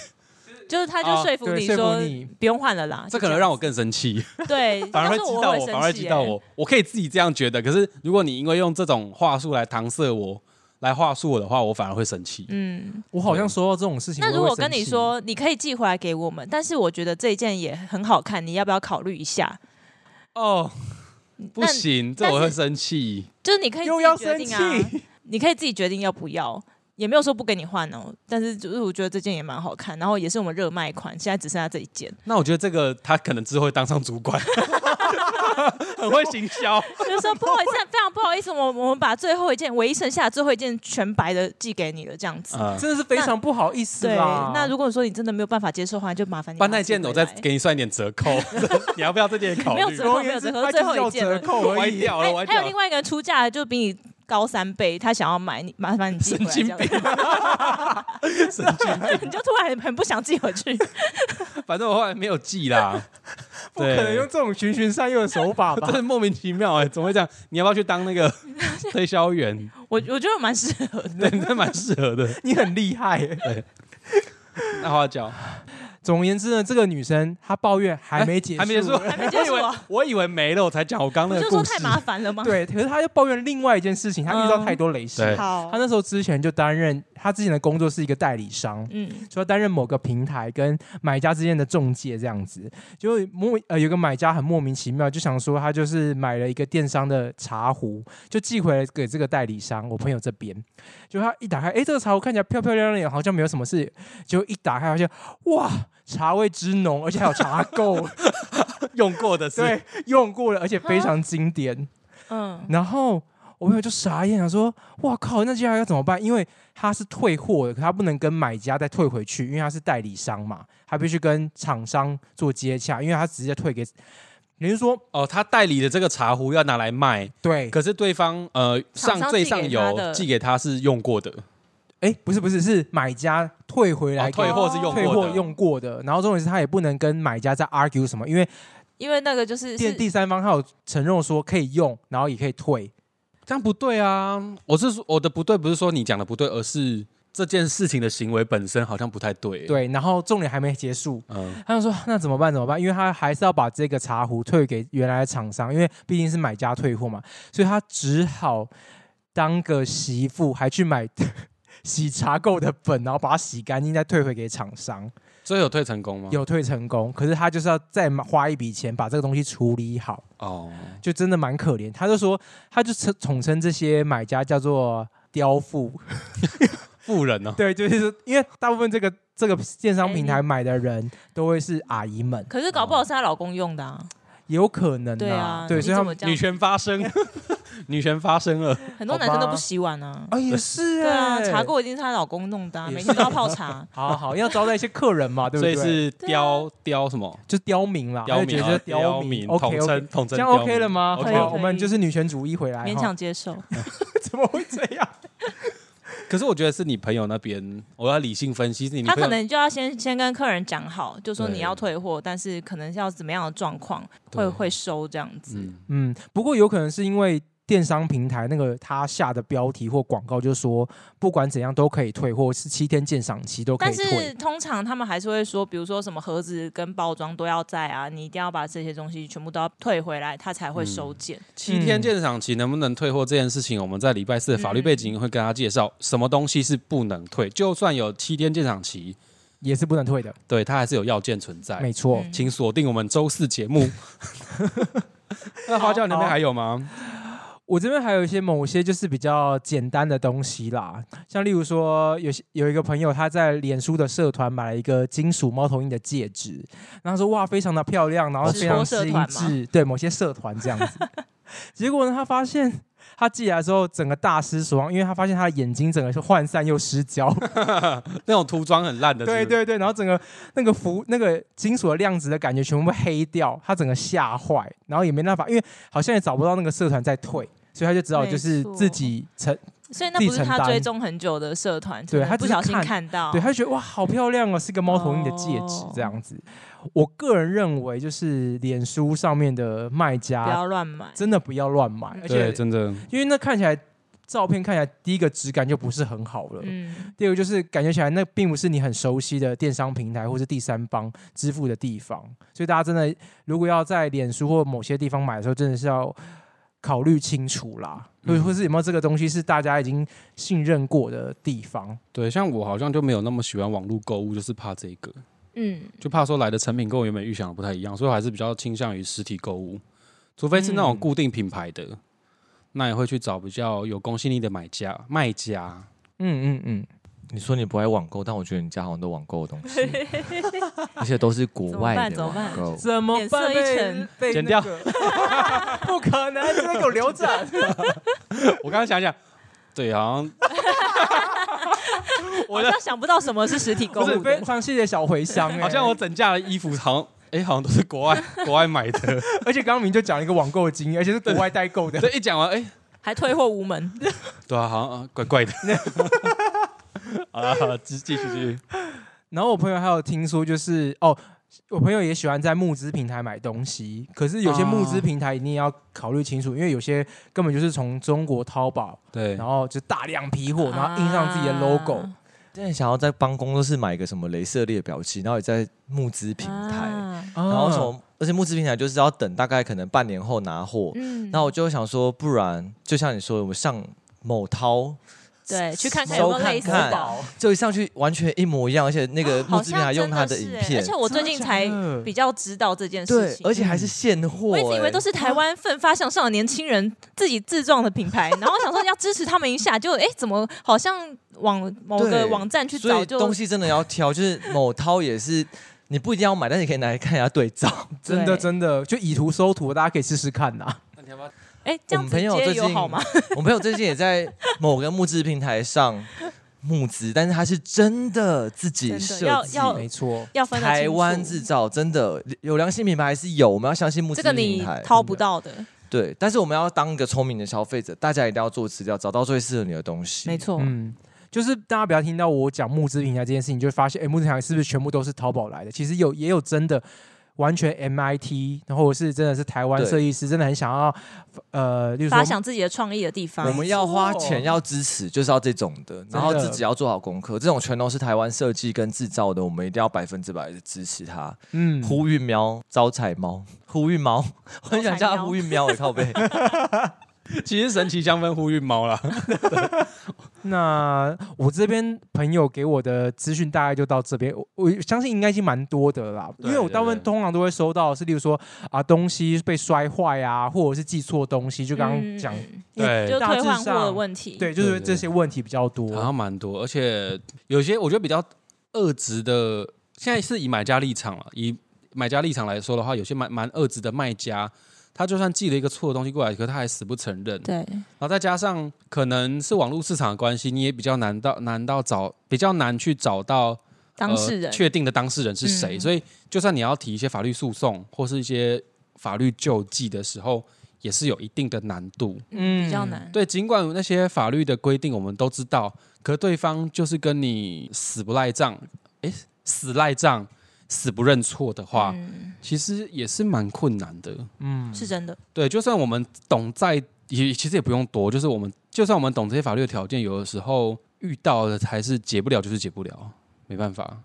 Speaker 2: 就是他就
Speaker 1: 哦
Speaker 2: 说服
Speaker 3: 对
Speaker 2: 你
Speaker 3: 说服
Speaker 2: 说
Speaker 3: 你
Speaker 2: 不用换了啦。
Speaker 1: 这
Speaker 2: 就
Speaker 1: 可能
Speaker 2: 样
Speaker 1: 让我更生气，
Speaker 2: 对，
Speaker 1: 反而会
Speaker 2: 要是
Speaker 1: 激
Speaker 2: 我
Speaker 1: 到
Speaker 2: 会
Speaker 1: 我，
Speaker 2: 生
Speaker 1: 反而会
Speaker 2: 气
Speaker 1: 激到
Speaker 2: 欸。
Speaker 1: 我。我可以自己这样觉得，可是如果你因为用这种话术来搪塞我、来话术我的话，我反而会生气。
Speaker 2: 嗯，
Speaker 3: 我好像说到这种事情，
Speaker 2: 那如
Speaker 3: 我会
Speaker 2: 果跟
Speaker 3: 生
Speaker 2: 你
Speaker 3: 气，
Speaker 2: 说你可以寄回来给我们，但是我觉得这一件也很好看，你要不要考虑一下？
Speaker 1: 哦，不
Speaker 2: 那
Speaker 1: 行，这
Speaker 2: 但
Speaker 1: 我
Speaker 2: 是
Speaker 1: 会生气。
Speaker 2: 就是你可以
Speaker 3: 又
Speaker 2: 自己
Speaker 3: 要
Speaker 2: 决
Speaker 3: 生
Speaker 2: 定
Speaker 3: 气，
Speaker 2: 啊，你可以自己决定要不要，也没有说不给你换哦。但是就是我觉得这件也蛮好看，然后也是我们热卖款，现在只剩下这一件，
Speaker 1: 那我觉得这个他可能之后会当上主 管，很会行销。
Speaker 2: 就是说不好意思，非常不好意思，我我们把最后一件唯一剩下的最后一件全白的寄给你了，这样子。
Speaker 1: 嗯，
Speaker 3: 真的是非常不好意思
Speaker 2: 对，
Speaker 3: 啦。
Speaker 2: 那如果说你真的没有办法接受的话，就麻烦你
Speaker 1: 把
Speaker 2: 把它
Speaker 1: 那件
Speaker 2: 寄
Speaker 1: 我
Speaker 2: 回
Speaker 1: 再
Speaker 2: 来
Speaker 1: 给你算一点折 扣，你要不要这件也考
Speaker 2: 没有
Speaker 1: 虑
Speaker 2: 折？
Speaker 3: 总
Speaker 2: 扣
Speaker 3: 而言之
Speaker 2: 没有折扣
Speaker 3: 它就是
Speaker 2: 最后一
Speaker 3: 要
Speaker 2: 件
Speaker 3: 折
Speaker 2: 了
Speaker 3: 扣而
Speaker 1: 歪
Speaker 3: 已。
Speaker 1: 掉了，歪
Speaker 2: 哎还还
Speaker 1: 掉
Speaker 2: 有另
Speaker 1: 了。
Speaker 2: 外一个人出价就比你高三倍，他想要买你，麻烦你寄回来。
Speaker 1: 神经病
Speaker 2: 这样 子，你就突然很很不想寄回去。
Speaker 1: 反正我后来没有记啦，
Speaker 3: 不可能
Speaker 1: 对
Speaker 3: 用这种循循善诱的手法 吧
Speaker 1: 真？的莫名其妙哎、怎么会这样？你要不要去当那 个推销员？
Speaker 2: 我我觉得蛮适合的。
Speaker 1: 对，那蛮适合的。
Speaker 3: 你很厉害耶。
Speaker 1: 那花椒
Speaker 3: 总而言之呢，这个女生她抱怨哎还没结束，
Speaker 1: 还啊没结束，
Speaker 2: 还没结束啊
Speaker 1: 我以为我以为没了，我才讲我刚
Speaker 2: 不
Speaker 1: 那
Speaker 2: 就
Speaker 1: 个
Speaker 2: 说
Speaker 1: 故事
Speaker 2: 太。麻烦了吗？，嗯
Speaker 3: 对，可是她又抱怨另外一件事情，她遇到太多雷事。
Speaker 1: 对
Speaker 2: 好
Speaker 3: 她，那时候之前就担任她之前的工作是一个代理商，
Speaker 2: 嗯，
Speaker 3: 说担任某个平台跟买家之间的中介这样子，就莫呃有个买家很莫名其妙，就想说他就是买了一个电商的茶壶，就寄回来给这个代理商，我朋友这边，就他一打开，诶，这个茶壶看起来漂漂亮亮，好像没有什么事，就一打开发现，哇，茶味之浓，而且还有茶垢，
Speaker 1: 用过的是，
Speaker 3: 对，用过了，而且非常经典。
Speaker 2: 嗯，
Speaker 3: 然后我朋友就傻眼了，说：“哇靠，那接下来要怎么办？因为他是退货的，可他不能跟买家再退回去，因为他是代理商嘛，他必须跟厂商做接洽，因为他直接退给，也就是说，
Speaker 1: 哦，他代理的这个茶壶要拿来卖，
Speaker 3: 对，
Speaker 1: 可是对方呃
Speaker 2: 厂
Speaker 1: 上
Speaker 2: 商
Speaker 1: 最
Speaker 2: 寄给
Speaker 1: 上
Speaker 2: 他
Speaker 1: 游
Speaker 2: 的
Speaker 1: 寄给他是用过的，
Speaker 3: 哎，不是不是，是买家退回来
Speaker 1: 哦
Speaker 3: 给、
Speaker 1: 退货是用
Speaker 3: 退
Speaker 1: 过
Speaker 3: 货
Speaker 1: 的，
Speaker 3: 用过的，然后重点是他也不能跟买家再 argue 什么，因为
Speaker 2: 因为那个就是
Speaker 3: 第
Speaker 2: 是
Speaker 3: 第三方他有承诺说可以用，然后也可以退，
Speaker 1: 这样不对啊！我是说我的不对，不是说你讲的不对，而是这件事情的行为本身好像不太对。，
Speaker 3: 对，然后重点还没结束，
Speaker 1: 嗯，
Speaker 3: 他就说那怎么办？怎么办？因为他还是要把这个茶壶退给原来的厂商，因为毕竟是买家退货嘛，所以他只好当个媳妇，还去买 洗茶垢的粉，然后把它洗干净，再退回给厂商。
Speaker 1: 所以有退成功吗？
Speaker 3: 有退成功，可是他就是要再花一笔钱把这个东西处理好，
Speaker 1: 哦，
Speaker 3: 就真的蛮可怜。他就说，他就称统称这些买家叫做刁妇，
Speaker 1: 富人哦呢、
Speaker 3: 对，就是说因为大部分这个这个电商平
Speaker 2: 哎
Speaker 3: 台买的人都会是阿姨们，
Speaker 2: 可是搞不好是她老公用的啊。
Speaker 3: 也有可能
Speaker 2: 对啊，
Speaker 3: 对，
Speaker 2: 你
Speaker 3: 所以他
Speaker 2: 怎
Speaker 3: 们
Speaker 2: 么这
Speaker 1: 女
Speaker 2: 样？
Speaker 1: 权发声，女权发声了。
Speaker 2: 很多男生
Speaker 3: 好吧
Speaker 2: 都不洗碗啊。
Speaker 3: 啊，也是
Speaker 2: 对啊，
Speaker 3: 欸
Speaker 2: 茶。垢一定是她老公弄的啊，
Speaker 3: 也
Speaker 2: 每
Speaker 3: 是。
Speaker 2: 天都要泡茶
Speaker 3: 好好，要招待一些客人 嘛，对不
Speaker 1: 所
Speaker 3: 对？
Speaker 1: 以是
Speaker 2: 对啊
Speaker 1: 刁刁什么？
Speaker 3: 就刁民啦，
Speaker 1: 刁民啊
Speaker 3: 他就觉得
Speaker 1: 刁
Speaker 3: 刁
Speaker 1: 民，统
Speaker 3: OK OK，
Speaker 1: 称统
Speaker 3: 这
Speaker 1: 称
Speaker 3: 样
Speaker 1: 刁民
Speaker 3: OK 了吗？
Speaker 1: OK
Speaker 3: 好
Speaker 2: 可以
Speaker 3: 我们就是女权主义回来，
Speaker 2: 勉
Speaker 3: 哈
Speaker 2: 强接受，
Speaker 3: 怎么会这样？
Speaker 1: 可是我觉得是你朋友那边，我要理性分析，是你
Speaker 2: 他
Speaker 1: 朋友
Speaker 2: 可能就要先先跟客人讲好，就说
Speaker 1: 对
Speaker 2: 你要退货，但是可能是要怎么样的状况
Speaker 1: 对
Speaker 2: 会会收这样子。
Speaker 1: 嗯，
Speaker 3: 嗯，不过有可能是因为电商平台那个他下的标题或广告就说，不管怎样都可以退货，是七天鉴赏期都可
Speaker 2: 但
Speaker 3: 以
Speaker 2: 是
Speaker 3: 退。
Speaker 2: 通常他们还是会说，比如说什么盒子跟包装都要在啊，你一定要把这些东西全部都要退回来，他才会收件。
Speaker 1: 七
Speaker 3: 嗯
Speaker 1: 天鉴赏期能不能退货这件事情，我们在礼拜四的法律背景会跟他介绍什么东西是不能退。就算有七天鉴赏期，
Speaker 3: 也是不能退的，
Speaker 1: 对，它还是有要件存在。
Speaker 3: 没错。
Speaker 2: 嗯
Speaker 1: 请锁定我们周四节 目。那花椒你那边还有吗？
Speaker 3: 我这边还有一些某些就是比较简单的东西啦，像例如说有些有一个朋友他在脸书的社团买了一个金属猫头鹰的戒指，然后他说哇非常的漂亮，然后非常
Speaker 2: 哦直播社
Speaker 3: 精
Speaker 2: 团
Speaker 3: 致，对某些社团这样 子。结果呢，他发现他寄来之后整个大失所望，因为他发现他的眼睛整个是涣散又失焦，
Speaker 1: 那种涂装很烂的是不
Speaker 3: 对
Speaker 1: 是，
Speaker 3: 对对，然后整个那个浮那个金属的量子的感觉全部被黑掉，他整个吓坏，然后也没办法，因为好像也找不到那个社团在退，所以他就只好
Speaker 2: 没
Speaker 3: 就是
Speaker 2: 错
Speaker 3: 自己承，
Speaker 2: 所以那
Speaker 3: 自己
Speaker 2: 不是他
Speaker 3: 承担
Speaker 2: 追踪很久的社团，可
Speaker 3: 对
Speaker 2: 能
Speaker 3: 他只
Speaker 2: 不
Speaker 3: 是
Speaker 2: 小心
Speaker 3: 看
Speaker 2: 看
Speaker 1: 哦
Speaker 2: 到，
Speaker 3: 对，他就觉得哇好漂亮哦，是一个猫头鹰的戒指
Speaker 2: 哦
Speaker 3: 这样子。我个人认为，就是脸书上面的卖
Speaker 2: 不
Speaker 3: 家
Speaker 2: 要乱买。
Speaker 3: 真的不要乱买，而
Speaker 1: 对，
Speaker 3: 且
Speaker 1: 真的
Speaker 3: 因为那看起来照片看起来第一个质感就不是很好了。
Speaker 2: 嗯，
Speaker 3: 第二个就是感觉起来那并不是你很熟悉的电商平台或是第三方支付的地方，所以大家真的如果要在脸书或某些地方买的时候，真的是要考虑清楚啦，或、
Speaker 1: 嗯
Speaker 3: 或是有没有这个东西是大家已经信任过的地方。
Speaker 1: 对。像我好像就没有那么喜欢网络购物，就是怕这个，
Speaker 2: 嗯，
Speaker 1: 就怕说来的成品跟我原本预想的不太一样，所以我还是比较倾向于实体购物，除非是那种
Speaker 3: 嗯
Speaker 1: 固定品牌的，那也会去找比较有公信力的买家卖家。
Speaker 3: 嗯嗯嗯，
Speaker 4: 你说你不爱网购，但我觉得你家好像都网购 的东西，而且都是国外的
Speaker 2: 怎么办
Speaker 4: 网购。
Speaker 3: 怎么
Speaker 2: 脸
Speaker 3: 办？
Speaker 2: 色一
Speaker 3: 被
Speaker 2: 沉
Speaker 3: 被
Speaker 1: 剪
Speaker 3: 那个 不可能，这个给我留着。
Speaker 1: 我刚刚想一想，对，好像
Speaker 2: 好像想不到什么是实体购
Speaker 3: 不是
Speaker 2: 物
Speaker 3: 非
Speaker 2: 的，
Speaker 3: 常谢谢小茴香、欸，
Speaker 1: 好像我整架的衣服好像。哎、好像都是国外国外买的。
Speaker 3: 而且刚刚明就讲了一个网购的经验，而且是国外代购的，
Speaker 1: 对，一讲完，哎、
Speaker 2: 还退货无 门。
Speaker 1: 对啊，好像、啊、怪怪的。 好了，好了继继续继续。
Speaker 3: 然后我朋友还有听说，就是哦，我朋友也喜欢在募资平台买东西，可是有些
Speaker 1: 啊
Speaker 3: 募
Speaker 2: 哦
Speaker 3: 资平台你也要考虑清楚，因为有些根本就是从中国淘宝，
Speaker 1: 对
Speaker 3: 然，后就大量批货，然后印上自己的 logo，、
Speaker 2: 啊
Speaker 4: 真的想要在帮工作室买一个什么镭射列表器，然后也在募资平台，
Speaker 2: 啊
Speaker 3: 然
Speaker 4: 然后从而且募资平台就是要等大概可能半年后拿货。
Speaker 2: 嗯，
Speaker 4: 那我就想说，不然就像你说的，我上某淘
Speaker 2: 对去看看有没有
Speaker 4: 搜看
Speaker 2: 类似
Speaker 4: 看
Speaker 2: 的，
Speaker 4: 就一上去完全一模一样，而且那个募
Speaker 2: 哦好
Speaker 4: 资平
Speaker 2: 像
Speaker 4: 台用
Speaker 2: 真
Speaker 4: 他
Speaker 2: 的
Speaker 4: 的
Speaker 2: 是
Speaker 4: 影
Speaker 2: 欸，
Speaker 4: 片
Speaker 2: 而且，我最近才比较知道这件事
Speaker 4: 对，
Speaker 2: 情。
Speaker 4: 而且还是现货、
Speaker 2: 我
Speaker 4: 欸。
Speaker 2: 一直以为都是台湾奋发向上的年轻人自己自创的品 牌，然后想说要支持他们一下，就哎、怎么好像往某
Speaker 4: 对
Speaker 2: 个网站去
Speaker 4: 所
Speaker 2: 找
Speaker 4: 以
Speaker 2: 就
Speaker 4: 东西真的要挑，就是某淘也是你不一定要买，但是你可以拿来看一下对照。
Speaker 3: 真的
Speaker 2: 对
Speaker 3: 真的就以图搜图，大家可以试试看呐、
Speaker 2: 哎、这样
Speaker 4: 我们
Speaker 2: 子
Speaker 4: 朋友
Speaker 2: 接
Speaker 4: 最
Speaker 2: 有
Speaker 4: 近
Speaker 2: 好吗？
Speaker 4: 我朋友最近也在某个募资平台上募资，但是他是真的自己
Speaker 2: 真的
Speaker 4: 设
Speaker 2: 要
Speaker 4: 计，
Speaker 2: 要
Speaker 3: 没错，
Speaker 2: 要分得清楚
Speaker 4: 台湾制造，真的有良心品牌还是有，我们要相信募资
Speaker 2: 这个
Speaker 4: 平
Speaker 2: 你
Speaker 4: 台。
Speaker 2: 掏不到的，
Speaker 4: 对，但是我们要当一个聪明的消费者，大家一定要做资料，找到最适合你的东西。
Speaker 2: 没，错。
Speaker 3: 嗯。就是大家不要听到我讲募资平台这件事情，你就会发现，哎、募资平台是不是全部都是淘宝来的？其实有也有真的完全 MIT，然后或者是真的是台湾
Speaker 4: 对
Speaker 3: 设计师，真的很想要，呃，例如
Speaker 2: 发
Speaker 3: 说
Speaker 2: 想自己的创意的地方，
Speaker 4: 我们要花钱要支持，就是要这种的，然后自己要做好功课。这种全都是台湾设计跟制造的，我们一定要百分之百的支持它。
Speaker 3: 嗯
Speaker 4: 呼吁喵，招财猫，呼吁猫，我很想叫它呼吁喵，我靠背。
Speaker 1: 其实神奇香氛呼吁猫啦。
Speaker 3: 那我这边朋友给我的资讯大概就到这边，我我相信应该已经蛮多的啦，
Speaker 1: 对
Speaker 3: 因为我大部分
Speaker 1: 对对
Speaker 3: 通常都会收到是，例如说啊东西被摔坏啊，或者是寄错东西，就刚刚讲，
Speaker 2: 嗯
Speaker 1: 对
Speaker 2: 就
Speaker 3: 大
Speaker 2: 退
Speaker 3: 致
Speaker 2: 换货的
Speaker 3: 上
Speaker 2: 问题，
Speaker 3: 对，就是
Speaker 1: 对对
Speaker 3: 这些问题比较多。
Speaker 1: 好像蛮多，而且有些我觉得比较恶质的，现在是以买家立场了，以买家立场来说的话，有些蛮蛮恶质的卖家，他就算寄了一个错的东西过来，可他还死不承认。
Speaker 2: 对，
Speaker 1: 然后再加上可能是网络市场的关系，你也比较难到难到找，比较难去找到
Speaker 2: 当事人
Speaker 1: 呃确、定的当事人是谁。
Speaker 2: 嗯
Speaker 1: 所以就算你要提一些法律诉讼或是一些法律救济的时候，也是有一定的难度。
Speaker 3: 嗯
Speaker 2: 比较难，
Speaker 1: 对，尽管那些法律的规定我们都知道，可对方就是跟你死不赖账，诶，死赖账，死不认错的话，
Speaker 2: 嗯，
Speaker 1: 其实也是蛮困难的。
Speaker 3: 嗯，
Speaker 2: 是真的，
Speaker 1: 对，就算我们懂再也其实也不用多，就是我们就算我们懂这些法律的条件，有的时候遇到的还是解不了，就是解不了，没办法。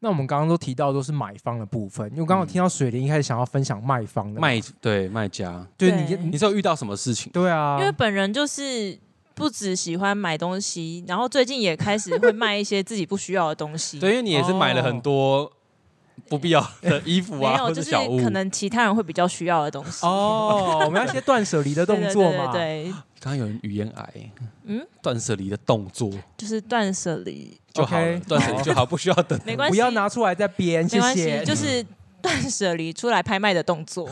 Speaker 3: 那我们刚刚都提到都是买方的部分，因为
Speaker 1: 嗯
Speaker 3: 刚刚我听到水莲一开始想要分享卖方的嘛，
Speaker 1: 卖对卖家，
Speaker 3: 对
Speaker 2: 对
Speaker 3: 你
Speaker 1: 你
Speaker 3: 你
Speaker 1: 是有遇到什么事情？
Speaker 3: 对啊
Speaker 2: 因，为本人就是不只喜欢买东西，然后最近也开始会卖一些自己不需要的东 西。
Speaker 1: 对，因为你也是买了很多不必要 的衣服
Speaker 2: 没
Speaker 1: 啊，
Speaker 2: 有，
Speaker 1: 或
Speaker 2: 就
Speaker 1: 者
Speaker 2: 是
Speaker 1: 小物。
Speaker 2: 可能其他人会比较需要的东西。
Speaker 3: 哦，我们要一些断舍离的
Speaker 2: 对
Speaker 3: 动作
Speaker 2: 对对
Speaker 3: 嘛。
Speaker 2: 对对，
Speaker 1: 刚刚有人语言癌，
Speaker 2: 嗯，
Speaker 1: 断舍离的动作
Speaker 2: 就是断舍离，
Speaker 1: 就好了
Speaker 3: OK，
Speaker 1: 断舍离就好，不需要等。
Speaker 2: 没关系，
Speaker 3: 不要拿出来再编，
Speaker 2: 没
Speaker 3: 谢
Speaker 2: 关
Speaker 3: 谢
Speaker 2: 系，。就是断舍离出来拍卖的动作。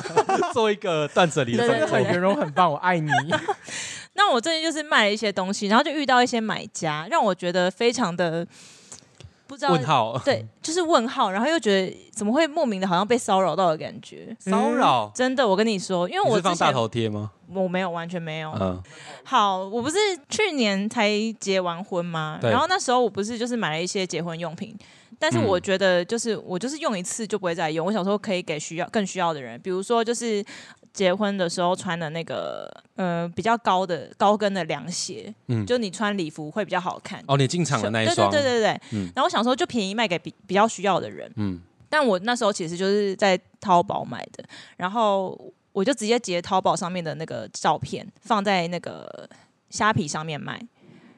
Speaker 1: 做一个断舍离的
Speaker 2: 对
Speaker 1: 动
Speaker 2: 对
Speaker 1: 作
Speaker 2: 对。
Speaker 3: 圆融很棒，我爱你。
Speaker 2: 那我最近就是卖了一些东西，然后就遇到一些买家，让我觉得非常的不知 道
Speaker 1: 问号
Speaker 2: 对，就是问号，然后又觉得怎么会莫名的好像被骚扰到的感觉。
Speaker 1: 骚扰，
Speaker 2: 真的，我跟你说，因为
Speaker 1: 你
Speaker 2: 嗯我
Speaker 1: 是
Speaker 2: 之
Speaker 1: 放大
Speaker 2: 前哦
Speaker 1: 头贴吗？
Speaker 2: 我没有完全没有。
Speaker 1: 嗯，
Speaker 2: 好，我不是去年才结完婚吗？
Speaker 1: 对
Speaker 2: 然后那时候我不是就是买了一些结婚用品，但是
Speaker 1: 嗯
Speaker 2: 我觉得就是、我就是用一次就不会再用，我想说可以给需要更需要的人，比如说就是结婚的时候穿的那个呃比较高的高跟的凉鞋，
Speaker 1: 嗯
Speaker 2: 就你穿礼服会比较好看。
Speaker 1: 哦，你进场的那一
Speaker 2: 对
Speaker 1: 双，
Speaker 2: 对对对对，
Speaker 1: 嗯
Speaker 2: 然后我想说就便宜卖给比比较需要的人，
Speaker 1: 嗯，
Speaker 2: 但我那时候其实就是在淘宝买的，然后我就直接截淘宝上面的那个照片放在那个虾皮上面卖。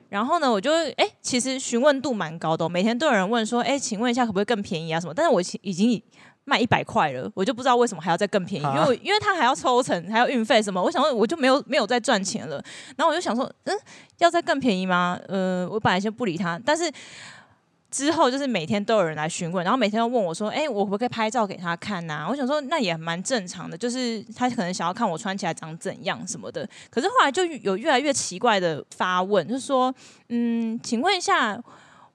Speaker 2: 然后呢，我就哎、诶其实询问度蛮高的哦、每天都有人问说，哎、请问一下可不可以更便宜啊什么？但是我其已经卖一百块了，我就不知道为什么还要再 更便宜，因为我因为他还要抽成，还要运费什么，我想说我就没有没有再赚钱了。然后我就想说，嗯，要再更便宜吗？呃，我本来先不理他，但是之后就是每天都有人来询问，然后每天都问我说：“哎、我可不可以拍照给他看呐、我想说那也蛮正常的，就是他可能想要看我穿起来长怎样什么的。可是后来就有越来越奇怪的发问，就是说：“嗯，请问一下，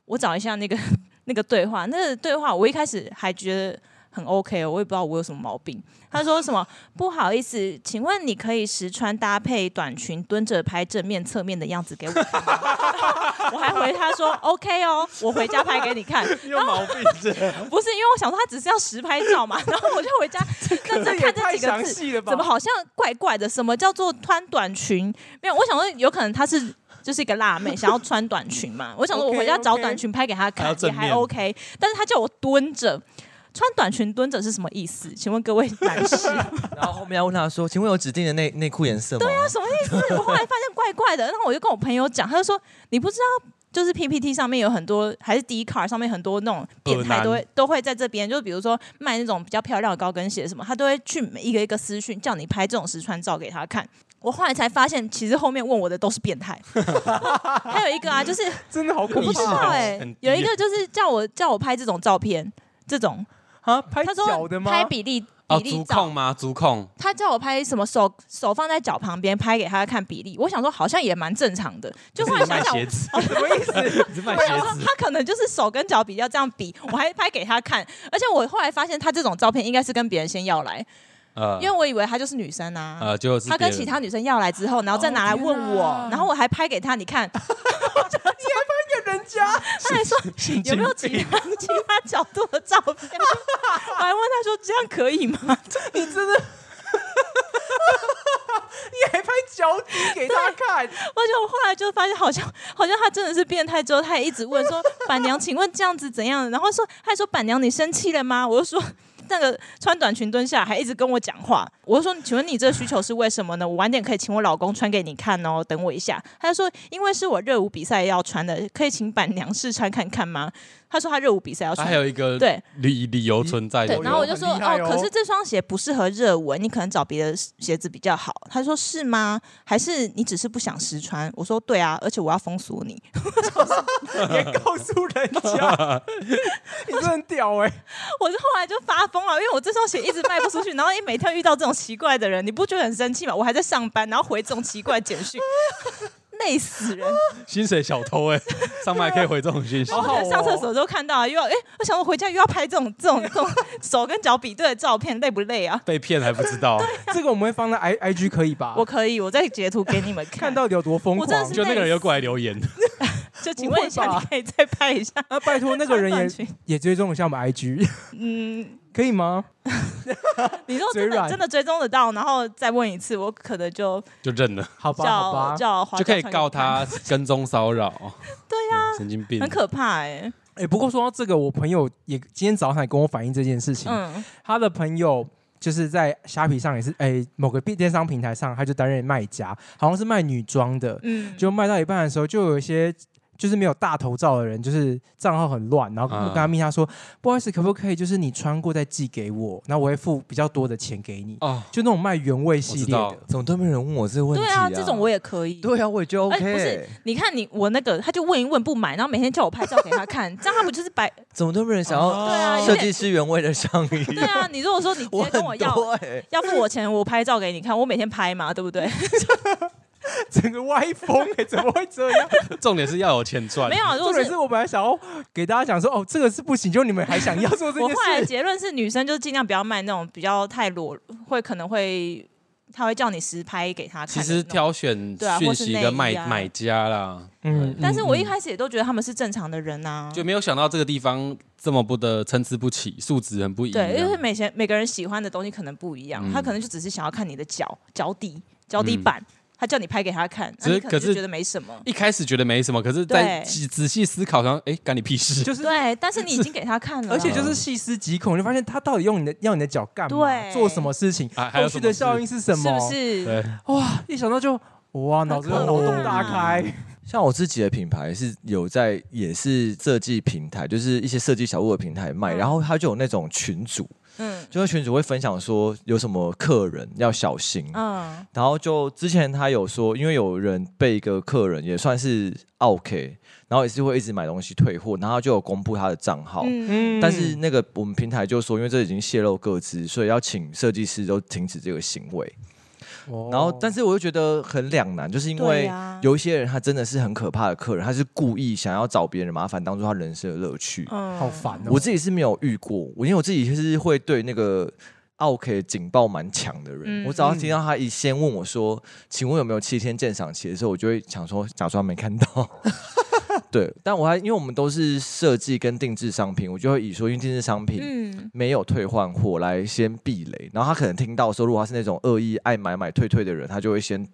Speaker 2: 我找一下那个 那个对话，那个对话我一开始还觉得。”很 OK 哦，我也不知道我有什么毛病。他说什么不好意思，请问你可以实穿搭配短裙蹲着拍正面、侧面的样子给我看 吗我还回他说 OK 哦，我回家拍给你 看。
Speaker 1: 有毛病是？
Speaker 2: 不是，因为我想说他只是要实拍照嘛， 然后我就回家认真看 这几个字，
Speaker 3: 了
Speaker 2: 怎么？好像怪怪的？什么叫做穿短裙？没有，我想说有可能她是就是一个辣妹，想要穿短裙 嘛。我想说我
Speaker 3: OK，
Speaker 2: 回家找
Speaker 3: OK
Speaker 2: 短裙拍给她
Speaker 1: 还要
Speaker 2: 看
Speaker 1: 正
Speaker 2: 也
Speaker 1: 面
Speaker 2: 还 OK，但是她叫我蹲着。穿短裙蹲着是什么意思？请问各位男士，
Speaker 4: 然后后面要问他说：“请问有指定的内内裤颜色吗？”对啊，
Speaker 2: 什么意思？我后来发现怪怪的，然后我就跟我朋友讲，他就说你不知道。就是 PPT 上面有很多，还是 d c a r 上面很多那种
Speaker 3: 呃
Speaker 2: 变态
Speaker 1: 恶男
Speaker 2: 都会都会在这边，就比如说卖那种比较漂亮的高跟鞋什么，他都会去一个一个私讯叫你拍这种实穿照给他看。我后来才发现，其实后面问我的都是变 态。还有一个啊，就是
Speaker 3: 真的好
Speaker 2: 我
Speaker 3: 可
Speaker 2: 不知道
Speaker 3: 怕
Speaker 2: 哎、
Speaker 1: 很低
Speaker 2: 有一个就是叫我叫我拍这种照片，这种
Speaker 3: 啊！拍
Speaker 2: 他
Speaker 3: 脚
Speaker 2: 说
Speaker 3: 的吗？
Speaker 2: 拍比例
Speaker 1: 哦，
Speaker 2: 比例
Speaker 1: 足
Speaker 2: 照
Speaker 1: 控吗？足控，
Speaker 2: 他叫我拍什么手手放在脚旁边拍给他看比例，我想说好像也蛮正常的，就后来想
Speaker 1: 卖
Speaker 2: 想，
Speaker 1: 鞋子，
Speaker 3: 什么 意思？
Speaker 1: 你是卖
Speaker 2: 哦我想
Speaker 1: 鞋
Speaker 2: 说
Speaker 1: 子，
Speaker 2: 他可能就是手跟脚比要这样比，我还拍给他看，而且我后来发现他这种照片应该是跟别人先要来，
Speaker 1: 呃
Speaker 2: 因为我以为他就是女生啊。
Speaker 1: 呃，就是
Speaker 2: 他跟
Speaker 1: 别人哦
Speaker 2: 其他女生要来之后，然后再拿来问我，然后我还拍给他，你 看，
Speaker 3: 人家
Speaker 2: 他还说有没有其他 其他角度的照 片？我还问他说这样可以吗？
Speaker 3: 你真的，你还拍脚底给他看？
Speaker 2: 而且我后来就发现，好像 好像他真的是变态。之后他也一直问说：“板娘，请问这样子怎样？”然后说他还说：“板娘，你生气了吗？”我就说：“ 那个穿短裙蹲下来，还一直跟我讲话。”我就说：“请问你这个需求是为什么呢？我晚点可以请我老公穿给你看哦，等我一下。”他就说：“因为是我热舞比赛要穿的，可以请板娘试穿看看吗？”他说他热舞比赛要
Speaker 1: 他
Speaker 2: 穿
Speaker 1: 还。有一个
Speaker 2: 对
Speaker 1: 理理由存在的
Speaker 2: 对，
Speaker 3: 哦，
Speaker 2: 然后我
Speaker 3: 哟
Speaker 2: 就
Speaker 3: 很
Speaker 2: 说
Speaker 3: 厉害哦
Speaker 2: 可是这双鞋不适合热舞，你可能找别的鞋子比较好。他说是吗？还是你只是不想实穿？我说对啊，而且我要封锁你。
Speaker 3: 也告诉人家， 你真的很屌哎！
Speaker 2: 我就后来就发疯了，因为我这双鞋一直卖不出去，然后一每天遇到这种奇怪的人，你不觉得很生气吗？我还在上班，然后回这种奇怪的简讯，累死人！
Speaker 1: 薪水小偷哎， 上麦可以回这种讯息
Speaker 3: 好，好哦
Speaker 2: 上厕所都看到啊，又要哎、我想我回家又要拍这种这种这种手跟脚比对的照片，累不累啊？
Speaker 1: 被骗还不知 道，
Speaker 3: 这个我们会放在 i i g 可以吧？
Speaker 2: 我可以，我再截图给你们看。
Speaker 3: 看到底有多疯
Speaker 2: 我真的
Speaker 3: 狂
Speaker 2: 是？
Speaker 1: 就那个人又过来留言，
Speaker 2: 就请问一
Speaker 3: 不会
Speaker 2: 下，
Speaker 3: 吧
Speaker 2: 你可以再拍一下。
Speaker 3: 那啊拜托那个人
Speaker 2: 穿短
Speaker 3: 也
Speaker 2: 裙
Speaker 3: 也追踪一下我们 i g，
Speaker 2: 嗯，
Speaker 3: 可以吗？
Speaker 2: 你说真
Speaker 3: 嘴
Speaker 2: 的
Speaker 3: 软
Speaker 2: 真的追踪得到，然后再问一次，我可能就
Speaker 1: 就认了，
Speaker 3: 好吧，好
Speaker 2: 叫
Speaker 3: 吧。
Speaker 2: 叫华
Speaker 1: 就可以
Speaker 2: 侨传给
Speaker 1: 告他跟踪骚扰，
Speaker 2: 对
Speaker 1: 呀，神经病
Speaker 2: 看，，很可怕哎、
Speaker 3: 哎、不过说到这个，我朋友也今天早上也跟我反映这件事情。
Speaker 2: 嗯，
Speaker 3: 他的朋友就是在虾皮上也是哎、某个电商平台上，他就担任卖家，好像是卖女装的，
Speaker 2: 嗯，
Speaker 3: 就卖到一半的时候，就有一些就是没有大头照的人，就是账号很乱，然后
Speaker 1: 嗯
Speaker 3: 跟他密他说，不好意思，可不可以就是你穿过再寄给我，那我会付比较多的钱给你，
Speaker 1: 哦，
Speaker 3: 就那种卖原味系列
Speaker 1: 我知
Speaker 3: 的
Speaker 1: 道。
Speaker 4: 怎么都没有人问我这个问题
Speaker 2: 对啊，这种我也可以。
Speaker 4: 对啊，我也觉得 OK，、
Speaker 2: 哎不是你看你我那个，他就问一问不买，然后每天叫我拍照给他看，这样他不就是白？
Speaker 4: 怎么都没有人想要
Speaker 2: 对啊，有
Speaker 4: 哦设
Speaker 2: 点
Speaker 4: 计师原味的上衣。
Speaker 2: 对啊。你如果说你直
Speaker 4: 我
Speaker 2: 接
Speaker 4: 很
Speaker 2: 跟我要
Speaker 4: 多哎、
Speaker 2: 要付我钱，我拍照给你看，我每天拍嘛，对不对？
Speaker 3: 整个歪风哎、怎么会这样？
Speaker 1: 重点是要有钱赚
Speaker 2: 没。有啊，如
Speaker 3: 重
Speaker 2: 果
Speaker 3: 点
Speaker 2: 是
Speaker 3: 是我本来想要给大家讲说，哦，这个是不行，就你们还想要做这
Speaker 2: 我
Speaker 3: 件
Speaker 2: 后来的
Speaker 3: 事，
Speaker 2: 结论是，女生就尽量不要卖那种比较太裸，会可能会他会叫你实拍给他看。
Speaker 1: 其实，挑选
Speaker 2: 对啊
Speaker 1: 讯
Speaker 2: 或是
Speaker 1: 息
Speaker 2: 内
Speaker 1: 跟
Speaker 2: 衣
Speaker 1: 买
Speaker 2: 啊
Speaker 1: 买家啦，
Speaker 3: 嗯，
Speaker 2: 但是我一
Speaker 3: 嗯
Speaker 2: 开始也都觉得他们是正常的人啊呐、
Speaker 1: 就没有想到这个地方这么不的参差不齐，素质很不一样。
Speaker 2: 对，因为每些每个人喜欢的东西可能不一样，
Speaker 1: 嗯
Speaker 2: 他可能就只是想要看你的脚脚底脚底板，他叫你拍给他看，
Speaker 1: 只
Speaker 2: 那
Speaker 1: 是
Speaker 2: 你可
Speaker 1: 可
Speaker 2: 能
Speaker 1: 是
Speaker 2: 就觉得没什么。
Speaker 1: 一开始觉得没什么，可是再
Speaker 2: 对
Speaker 1: 仔仔细思考上，哎，干你屁事？
Speaker 3: 就是
Speaker 2: 对，但是你已经给他看了啊，
Speaker 3: 而且就是细思极恐，就发现他到底用你的要你的脚干嘛，
Speaker 2: 对
Speaker 3: 做什么事情，
Speaker 1: 啊还有
Speaker 3: 后
Speaker 1: 什
Speaker 3: 续
Speaker 1: 么
Speaker 3: 的
Speaker 1: 事
Speaker 3: 效应是什
Speaker 2: 是
Speaker 3: 么？
Speaker 2: 不是？
Speaker 1: 对，
Speaker 3: 哇，一想到就哇，脑子
Speaker 2: 好可
Speaker 3: 脑
Speaker 2: 怕
Speaker 3: 洞大开。
Speaker 4: 像我自己的品牌是有在，也是设计平台，就是一些设计小物的平台卖，
Speaker 2: 嗯
Speaker 4: 然后它就有那种群组，
Speaker 2: 嗯
Speaker 4: 就是群主会分享说有什么客人要小心，
Speaker 2: 嗯
Speaker 4: 然后就之前他有说，因为有人被一个客人也算是 OK，然后也是会一直买东西退货，然后就有公布他的账号。
Speaker 2: 嗯，
Speaker 3: 嗯
Speaker 4: 但是那个我们平台就说，因为这已经泄露各自，所以要请设计师都停止这个行为。然后，但
Speaker 3: 是
Speaker 4: 是我又觉得很两难，就是因
Speaker 2: 对啊
Speaker 4: 为
Speaker 2: 呀，
Speaker 4: 有一些人他真的是很可怕的客人，他是故意想要找别人麻烦，当做他人生的乐趣。
Speaker 2: 嗯
Speaker 3: 好烦哦。
Speaker 4: 我自己是没有遇过，我因为我自己是会对那个 OK 警报蛮强的人，
Speaker 2: 嗯
Speaker 4: 我只要听到他一先问我说，请问有没有七天鉴赏期的时候，我就会想说假装没 看到。对，但我还因为我们都是设计跟定制商品，我就会以说因为定制商品。
Speaker 2: 嗯
Speaker 4: 没有退换货来先避雷，然后他可能听到说，如果他是那种恶意爱买买退退的人，他就会先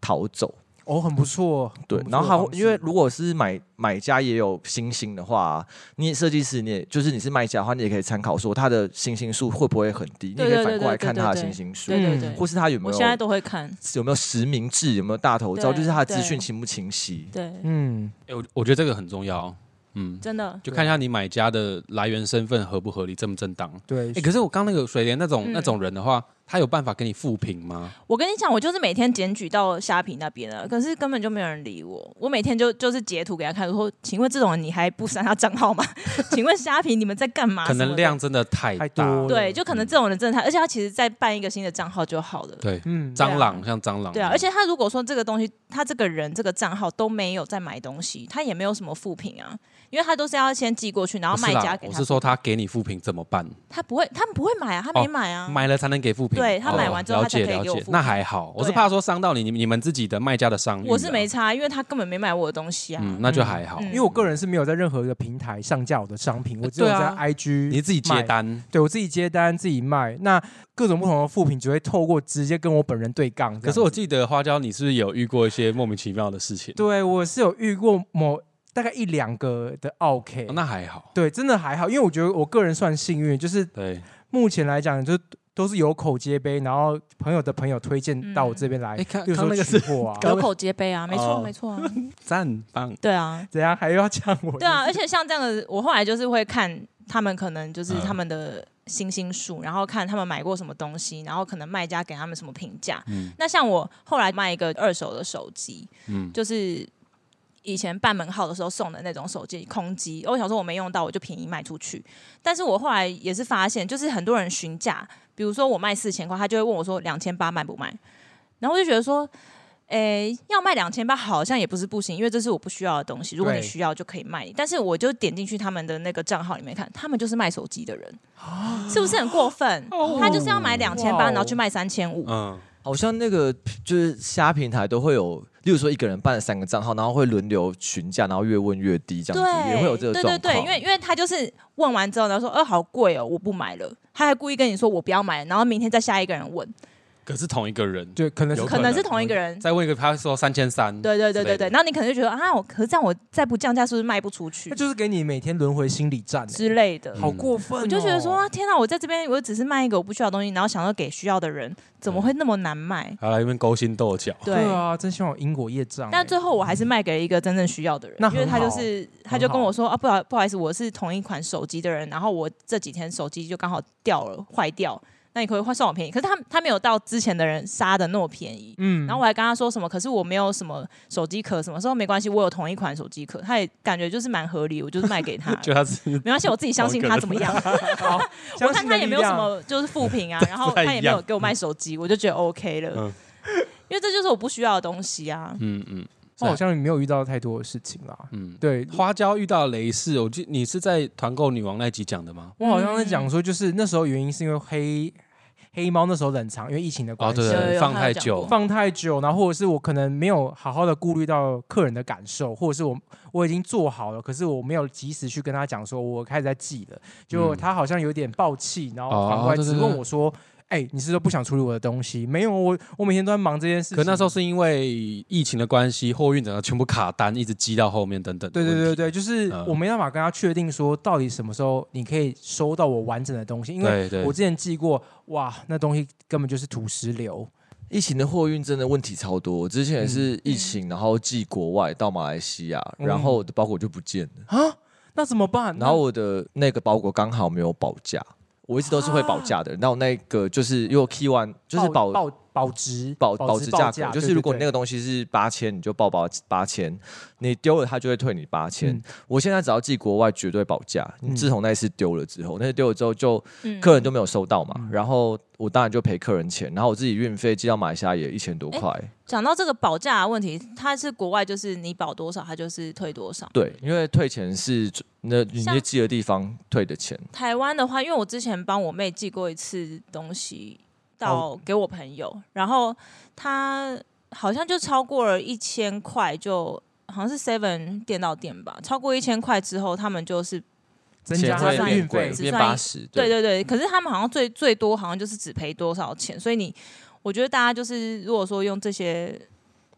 Speaker 4: 逃走。
Speaker 3: 哦，很不错。
Speaker 4: 对
Speaker 3: 很，不错
Speaker 4: 然后还
Speaker 3: 的
Speaker 4: 会
Speaker 3: 方式
Speaker 4: 因为如果是买买家也有星星的话、你也设计师你也就是你是卖家的话，你也可以参考说他的星星数会不会很低，你
Speaker 2: 对
Speaker 4: 也可以
Speaker 2: 对
Speaker 4: 反
Speaker 2: 对
Speaker 4: 过来
Speaker 2: 对
Speaker 4: 看
Speaker 2: 对
Speaker 4: 他的
Speaker 2: 对
Speaker 4: 星星数
Speaker 2: 对，对
Speaker 3: 嗯
Speaker 2: 对，
Speaker 4: 或是他有没
Speaker 2: 我现在
Speaker 4: 有
Speaker 2: 都会看，
Speaker 4: 有没有实名制，有没有大头照，
Speaker 2: 对
Speaker 4: 就是他的资
Speaker 2: 对
Speaker 4: 讯清不清晰。
Speaker 2: 对，
Speaker 3: 嗯，
Speaker 1: 哎，我我觉得这个很重要。嗯，
Speaker 2: 真的，
Speaker 1: 就看一下你买家的来源身份合不合理，正不正当。
Speaker 3: 对
Speaker 1: 哎，，可是我刚那个水莲那种
Speaker 2: 嗯
Speaker 1: 那种人的话，他有办法跟你复评吗？
Speaker 2: 我跟你讲，我就是每天检举到虾皮那边了，可是根本就没有人理我。我每天就就是截图给他看，说：“请问这种人你还不删他账号吗？ 请问虾皮你们在干嘛？”
Speaker 1: 可
Speaker 2: 什么
Speaker 1: 能
Speaker 2: 的
Speaker 1: 量真的太
Speaker 3: 太
Speaker 1: 大。
Speaker 3: 多了
Speaker 2: 对，就可能这种人真的太，而且他其实再办一个新的账号就好了。
Speaker 1: 对，
Speaker 3: 嗯，
Speaker 1: 蟑螂像蟑螂。
Speaker 2: 啊对啊，而且他如果说这个东西，他这个人这个账号都没有在买东西，他也没有什么负评啊，因为他都是要先寄过去，然后
Speaker 1: 不是
Speaker 2: 卖
Speaker 1: 啦
Speaker 2: 家给
Speaker 1: 我
Speaker 2: 他
Speaker 1: 是，说哦他给你复评怎么办？
Speaker 2: 他不会，他们不会买啊，他没买啊，
Speaker 1: 买了才能给复评。
Speaker 2: 对他
Speaker 1: 哦
Speaker 2: 买完之后
Speaker 1: 了
Speaker 2: 他才
Speaker 1: 解
Speaker 2: 可以
Speaker 1: 了
Speaker 2: 给我
Speaker 1: 解
Speaker 2: 复，评
Speaker 1: 那还好。我是
Speaker 2: 对啊
Speaker 1: 怕说伤到你你你们自己的卖家的商誉啊。
Speaker 2: 我是没差，因为他根本没买我的东西啊。
Speaker 1: 嗯，那就还好。
Speaker 2: 嗯
Speaker 3: 因为我个人是没有在任何一个平台上架我的商品，我只有
Speaker 1: 对
Speaker 3: 在
Speaker 1: 啊
Speaker 3: IG
Speaker 1: 你自己接
Speaker 3: 卖。
Speaker 2: 嗯
Speaker 1: 单，
Speaker 3: 对我自己接单自己卖，那各种不同的副品只会透过直接跟我本人对杠这样子。
Speaker 1: 可是我记得花椒，你是不是有遇过一些莫名其妙的事情？
Speaker 3: 对我是有遇过某大概一两个的 OK，、
Speaker 1: 哦那还好，
Speaker 3: 对，真的还好，因为我觉得我个人算幸运，就是
Speaker 1: 对。
Speaker 3: 目前来讲，就都是有口皆碑，然后朋友的朋友推荐到我这边来，
Speaker 1: 哎，看
Speaker 3: 比如
Speaker 1: 看
Speaker 3: 说
Speaker 1: 那个是
Speaker 3: 取货啊，
Speaker 1: 刚
Speaker 2: 有口皆碑啊，没错
Speaker 1: 哦
Speaker 2: 没错啊，
Speaker 1: 赞棒，
Speaker 2: 对啊，
Speaker 3: 怎样还要呛我？
Speaker 2: 对啊，而且像这样的，我后来就是会看他们可能就是
Speaker 1: 嗯
Speaker 2: 他们的星星数，然后看他们买过什么东西，然后可能卖家给他们什么评价。
Speaker 1: 嗯
Speaker 2: 那像我后来卖一个二手的手机，
Speaker 1: 嗯，
Speaker 2: 就是以前办门号的时候送的那种手机空机，哦我想说我没用到，我就便宜卖出去。但是我后来也是发现，就是很多人询价，比如说我卖四千块，他就会问我说两千八卖不卖，然后我就觉得说。诶、要卖两千八好像也不是不行，因为这是我不需要的东西。如果你
Speaker 3: 对
Speaker 2: 需要就可以卖，但是我就点进去他们的那个账号里面看，他们就是卖手机的人，是不是很过分？他就是要买两千
Speaker 3: 啊哦哇
Speaker 2: 八，
Speaker 3: 哦
Speaker 2: 然后去卖三千五。
Speaker 1: 嗯，
Speaker 4: 好像那个就是虾平台都会有，例如说一个人办了三个账号，然后会轮流询价，然后越问越低这样子，
Speaker 2: 对，
Speaker 4: 也会有这个状
Speaker 2: 对
Speaker 4: 况。
Speaker 2: 对对，因为因为他就是问完之后，然后说，呃，好贵哦，我不买了。他还故意跟你说我不要买，然后明天再下一个人问。
Speaker 1: 可是同一个人，
Speaker 3: 对，可能是
Speaker 1: 有
Speaker 2: 可能是同一个人。
Speaker 1: 再问一个他说三千三，
Speaker 2: 对对对对对，
Speaker 1: 之类的
Speaker 2: 然后你可能就觉得啊，我可是这样我再不降价是不是卖不出去
Speaker 3: 那就是给你每天轮回心理战欸，
Speaker 2: 之类
Speaker 1: 嗯
Speaker 2: 的？
Speaker 3: 好过分哦！
Speaker 2: 我就觉得说，啊天哪！我在这边，我只是卖一个我不需要的东西，然后想要给需要的人，怎么会那么难卖？
Speaker 1: 好来一边勾心斗 角，
Speaker 2: 对，
Speaker 3: 对啊，真希望有因果业障欸。
Speaker 2: 但最后我还是卖给一个真正需要的人
Speaker 3: 那，
Speaker 2: 因为
Speaker 3: 很
Speaker 2: 他就
Speaker 3: 好
Speaker 2: 是他
Speaker 3: 很
Speaker 2: 就跟
Speaker 3: 好
Speaker 2: 我说啊，不好不好意思，我是同一款手机的人，然后我这几天手机就刚好掉了，坏掉，那你可不可以换算我便宜。可是他他没有到之前的人杀的那么便宜。
Speaker 3: 嗯，
Speaker 2: 然后我还跟他说什么，可是我没有什么手机壳，什么时候没关系，我有同一款手机壳，他也感觉就是蛮合理，我就是卖给 他了，
Speaker 1: 就他是
Speaker 2: 没关系，我自己相信他怎么样。
Speaker 3: 好，
Speaker 2: 我
Speaker 3: 相
Speaker 2: 看
Speaker 3: 信
Speaker 2: 他
Speaker 3: 的
Speaker 2: 也
Speaker 3: 力
Speaker 2: 没有什
Speaker 3: 量
Speaker 2: 么就是负评 啊，然后
Speaker 1: 不太
Speaker 2: 他也
Speaker 1: 一
Speaker 2: 没有
Speaker 1: 样
Speaker 2: 给我卖手机，我就觉得 OK 了，
Speaker 1: 嗯
Speaker 2: 因为这就是我不需要的东西啊。
Speaker 1: 嗯嗯
Speaker 3: 我好像没有遇到太多的事情啦。
Speaker 1: 嗯。
Speaker 3: 对，
Speaker 1: 花椒遇到雷士，我记你是在团购女王那集讲的吗？
Speaker 3: 我好像在讲说，就是那时候原因是因为黑黑猫那时候冷藏，因为疫情的
Speaker 1: 哦，
Speaker 3: 关系。
Speaker 1: 对
Speaker 2: 有有有
Speaker 1: 对，放
Speaker 2: 他
Speaker 1: 太
Speaker 2: 有讲
Speaker 1: 久
Speaker 2: 过，
Speaker 3: 放太久，然后或者是我可能没有好好的顾虑到客人的感受，或者是我我已经做好了，可是我没有及时去跟他讲说，我开始在记了，就
Speaker 1: 嗯
Speaker 3: 他好像有点暴气，然后
Speaker 1: 哦
Speaker 3: 反过来
Speaker 1: 对对
Speaker 3: 质
Speaker 1: 对
Speaker 3: 问我说：“哎、你是不是不想处理我的东西？”没有，我我每天都在忙这件事情。
Speaker 1: 可那时候是因为疫情的关系，货运整个全部卡单，一直积到后面等等。
Speaker 3: 对对对，对，就是
Speaker 1: 嗯
Speaker 3: 我没办法跟他确定说到底什么时候你可以收到我完整的东西，因
Speaker 1: 对
Speaker 3: 为
Speaker 1: 对
Speaker 3: 我之前寄过，哇，那东西根本就是土石流。
Speaker 4: 疫情的货运真的问题超多，我之前也是疫
Speaker 2: 嗯
Speaker 4: 情，然后寄国外到马来西亚，
Speaker 3: 嗯
Speaker 4: 然后我的包裹就不见了，
Speaker 3: 那怎么
Speaker 2: 嗯
Speaker 3: 办？
Speaker 4: 然后我的那个包裹刚好没有保价，我一直都是会保价
Speaker 2: 啊
Speaker 4: 的人，那我那个就是因为 key one
Speaker 3: 那
Speaker 4: 就是保
Speaker 3: 保保值
Speaker 4: 保保值价格，就是如果你那
Speaker 3: 个
Speaker 4: 个东西是八千，你就报保八千，你丢了它就会退你八千
Speaker 3: 嗯。
Speaker 4: 我现在只要寄国外绝对保价，
Speaker 3: 嗯
Speaker 4: 自从那一次丢了之后，那次丢了之后就
Speaker 2: 嗯
Speaker 4: 客人就没有收到嘛
Speaker 3: 嗯，
Speaker 4: 然后我当然就赔客人钱，然后我自己运费寄到马来西亚也一千多块，
Speaker 2: 讲到这个保价的问题，它是国外就是你保多少，它就是退多少。
Speaker 4: 对，因为退钱是那你
Speaker 2: 像
Speaker 4: 就寄的地方退的钱，
Speaker 2: 台湾的话，因为我之前帮我妹寄过一次东西到给我朋友，然后她好像就超过了一千块，就好像是 Seven 店到店吧，超过一千块之后，他们就是
Speaker 3: 增
Speaker 4: 钱
Speaker 3: 加
Speaker 4: 会
Speaker 3: 它的
Speaker 4: 变
Speaker 3: 运
Speaker 4: 贵
Speaker 3: 费
Speaker 2: 只，
Speaker 4: 变
Speaker 2: 算一
Speaker 4: 八十，
Speaker 2: 对对对，可是他们好像最最多好像就是只赔多少钱，所以你我觉得大家就是如果说用这些，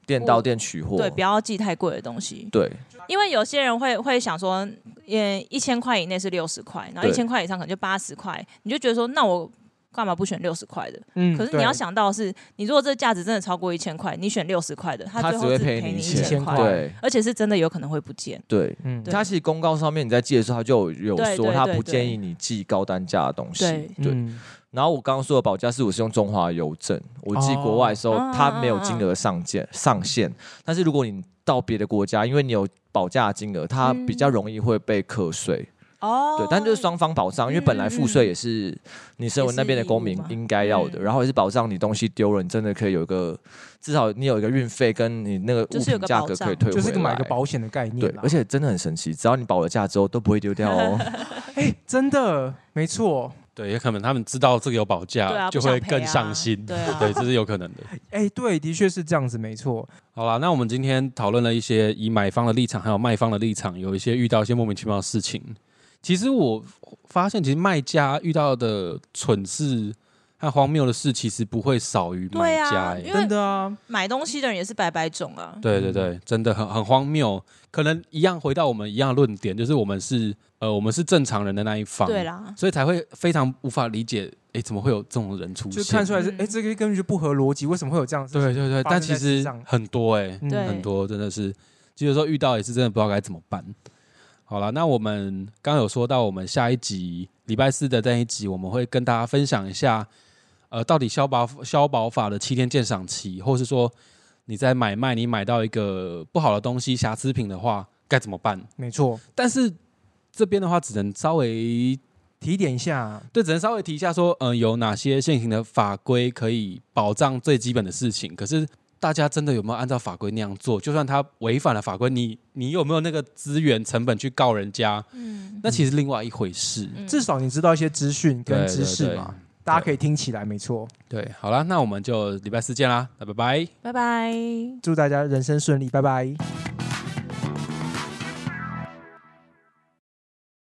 Speaker 4: 店到店取货，
Speaker 2: 对，不要寄太贵的东西，
Speaker 4: 对
Speaker 2: 因为有些人会会想说，嗯，一千块以内是六十块，然后
Speaker 4: 对
Speaker 2: 一千块以上可能就八十块，你就觉得说，那我干嘛不选六十块的？
Speaker 3: 嗯
Speaker 2: 可是你要想到的是，你如果这个价值真的超过一千块，你选六十块的，
Speaker 4: 他
Speaker 2: 他最
Speaker 4: 只
Speaker 2: 后
Speaker 4: 会
Speaker 2: 只
Speaker 4: 赔
Speaker 2: 赔
Speaker 4: 你
Speaker 2: 你
Speaker 4: 一
Speaker 2: 一
Speaker 4: 千
Speaker 2: 千
Speaker 3: 块
Speaker 2: 块，
Speaker 4: 对
Speaker 2: 而且是真的有可能会不见。
Speaker 4: 对。
Speaker 3: 嗯
Speaker 2: 对
Speaker 4: 它其实公告上面你在寄的时候，它就有有
Speaker 2: 对
Speaker 4: 说
Speaker 2: 对
Speaker 4: 它
Speaker 2: 对
Speaker 4: 不
Speaker 2: 对
Speaker 4: 建议你寄高单价的东西。
Speaker 2: 对
Speaker 4: 对，
Speaker 3: 嗯
Speaker 4: 然后我刚刚说的保价是我是用中华邮政，我寄国外的时候
Speaker 2: 哦
Speaker 4: 它没有金额上限上限，但是如果你到别的国家，因为你有保价的金额，它比较容易会被课税。
Speaker 2: 哦
Speaker 4: 对，但就是双方保障，因为本来付税也是你身为那边的公民
Speaker 2: 也是义务嘛
Speaker 4: 应该要的，
Speaker 2: 嗯
Speaker 4: 然后也是保障你东西丢了，你真的可以有一个至少你有一个运费跟你那个
Speaker 2: 就
Speaker 4: 物
Speaker 2: 是有
Speaker 4: 品
Speaker 2: 个
Speaker 4: 价
Speaker 2: 保
Speaker 4: 格可以
Speaker 2: 障
Speaker 4: 退回来。
Speaker 3: 就是个买个保险的概念
Speaker 4: 对
Speaker 3: 啦，
Speaker 4: 而且真的很神奇，只要你保了价之后都不会丢掉哦。
Speaker 3: 真的没错。
Speaker 1: 对，也可能他们知道这个有保价，
Speaker 2: 对啊，
Speaker 1: 就
Speaker 2: 不想
Speaker 1: 会
Speaker 2: 赔
Speaker 1: 更
Speaker 2: 啊
Speaker 1: 上心。
Speaker 2: 对 啊，
Speaker 1: 对，这是有可能的。
Speaker 3: 哎，对，的确是这样子，没错。
Speaker 1: 好啦，那我们今天讨论了一些以买方的立场还有卖方的立场，有一些遇到一些莫名其妙的事情。其实我发现，其实卖家遇到的蠢事和荒谬的事，其实不会少于买
Speaker 2: 对啊
Speaker 1: 家、欸。
Speaker 2: 因为
Speaker 3: 真的啊，
Speaker 2: 买东西的人也是百百种啊。
Speaker 1: 对对对，真的很很荒谬。可能一样回到我们一样的论点，就是我们是呃，我们是正常人的那一方，
Speaker 2: 对，啦，
Speaker 1: 所以才会非常无法理解，诶，怎么会有这种人出
Speaker 3: 就
Speaker 1: 现？
Speaker 3: 看出来是
Speaker 2: 嗯
Speaker 3: 哎，这个根本就不合逻辑，为什么会有这样子？哎
Speaker 1: 对对对，
Speaker 3: 发
Speaker 1: 但
Speaker 3: 生
Speaker 1: 其
Speaker 3: 在世
Speaker 1: 实
Speaker 3: 上
Speaker 1: 很多诶。
Speaker 3: 嗯
Speaker 2: 对
Speaker 1: 很多真的是，就有时候遇到也是真的不知道该怎么办。好了，那我们刚刚有说到，我们下一集礼拜四的那一集，我们会跟大家分享一下，呃，到底消保消保法的七天鉴赏期，或是说你在买卖你买到一个不好的东西、瑕疵品的话，该怎么办？
Speaker 3: 没错，
Speaker 1: 但是这边的话，只能稍微
Speaker 3: 提点一下，
Speaker 1: 对，只能稍微提一下说，嗯、有哪些现行的法规可以保障最基本的事情？可是大家真的有没有按照法规那样做？就算他违反了法规，你你有没有那个资源成本去告人家？
Speaker 2: 嗯，
Speaker 1: 那其实另外一回事。
Speaker 3: 至少你知道一些资讯跟
Speaker 1: 对
Speaker 3: 知识嘛，大家可以听起来，没错。
Speaker 1: 对，好啦，那我们就礼拜四见啦，那拜拜。
Speaker 2: 拜拜。
Speaker 3: 祝大家人生顺利，拜拜。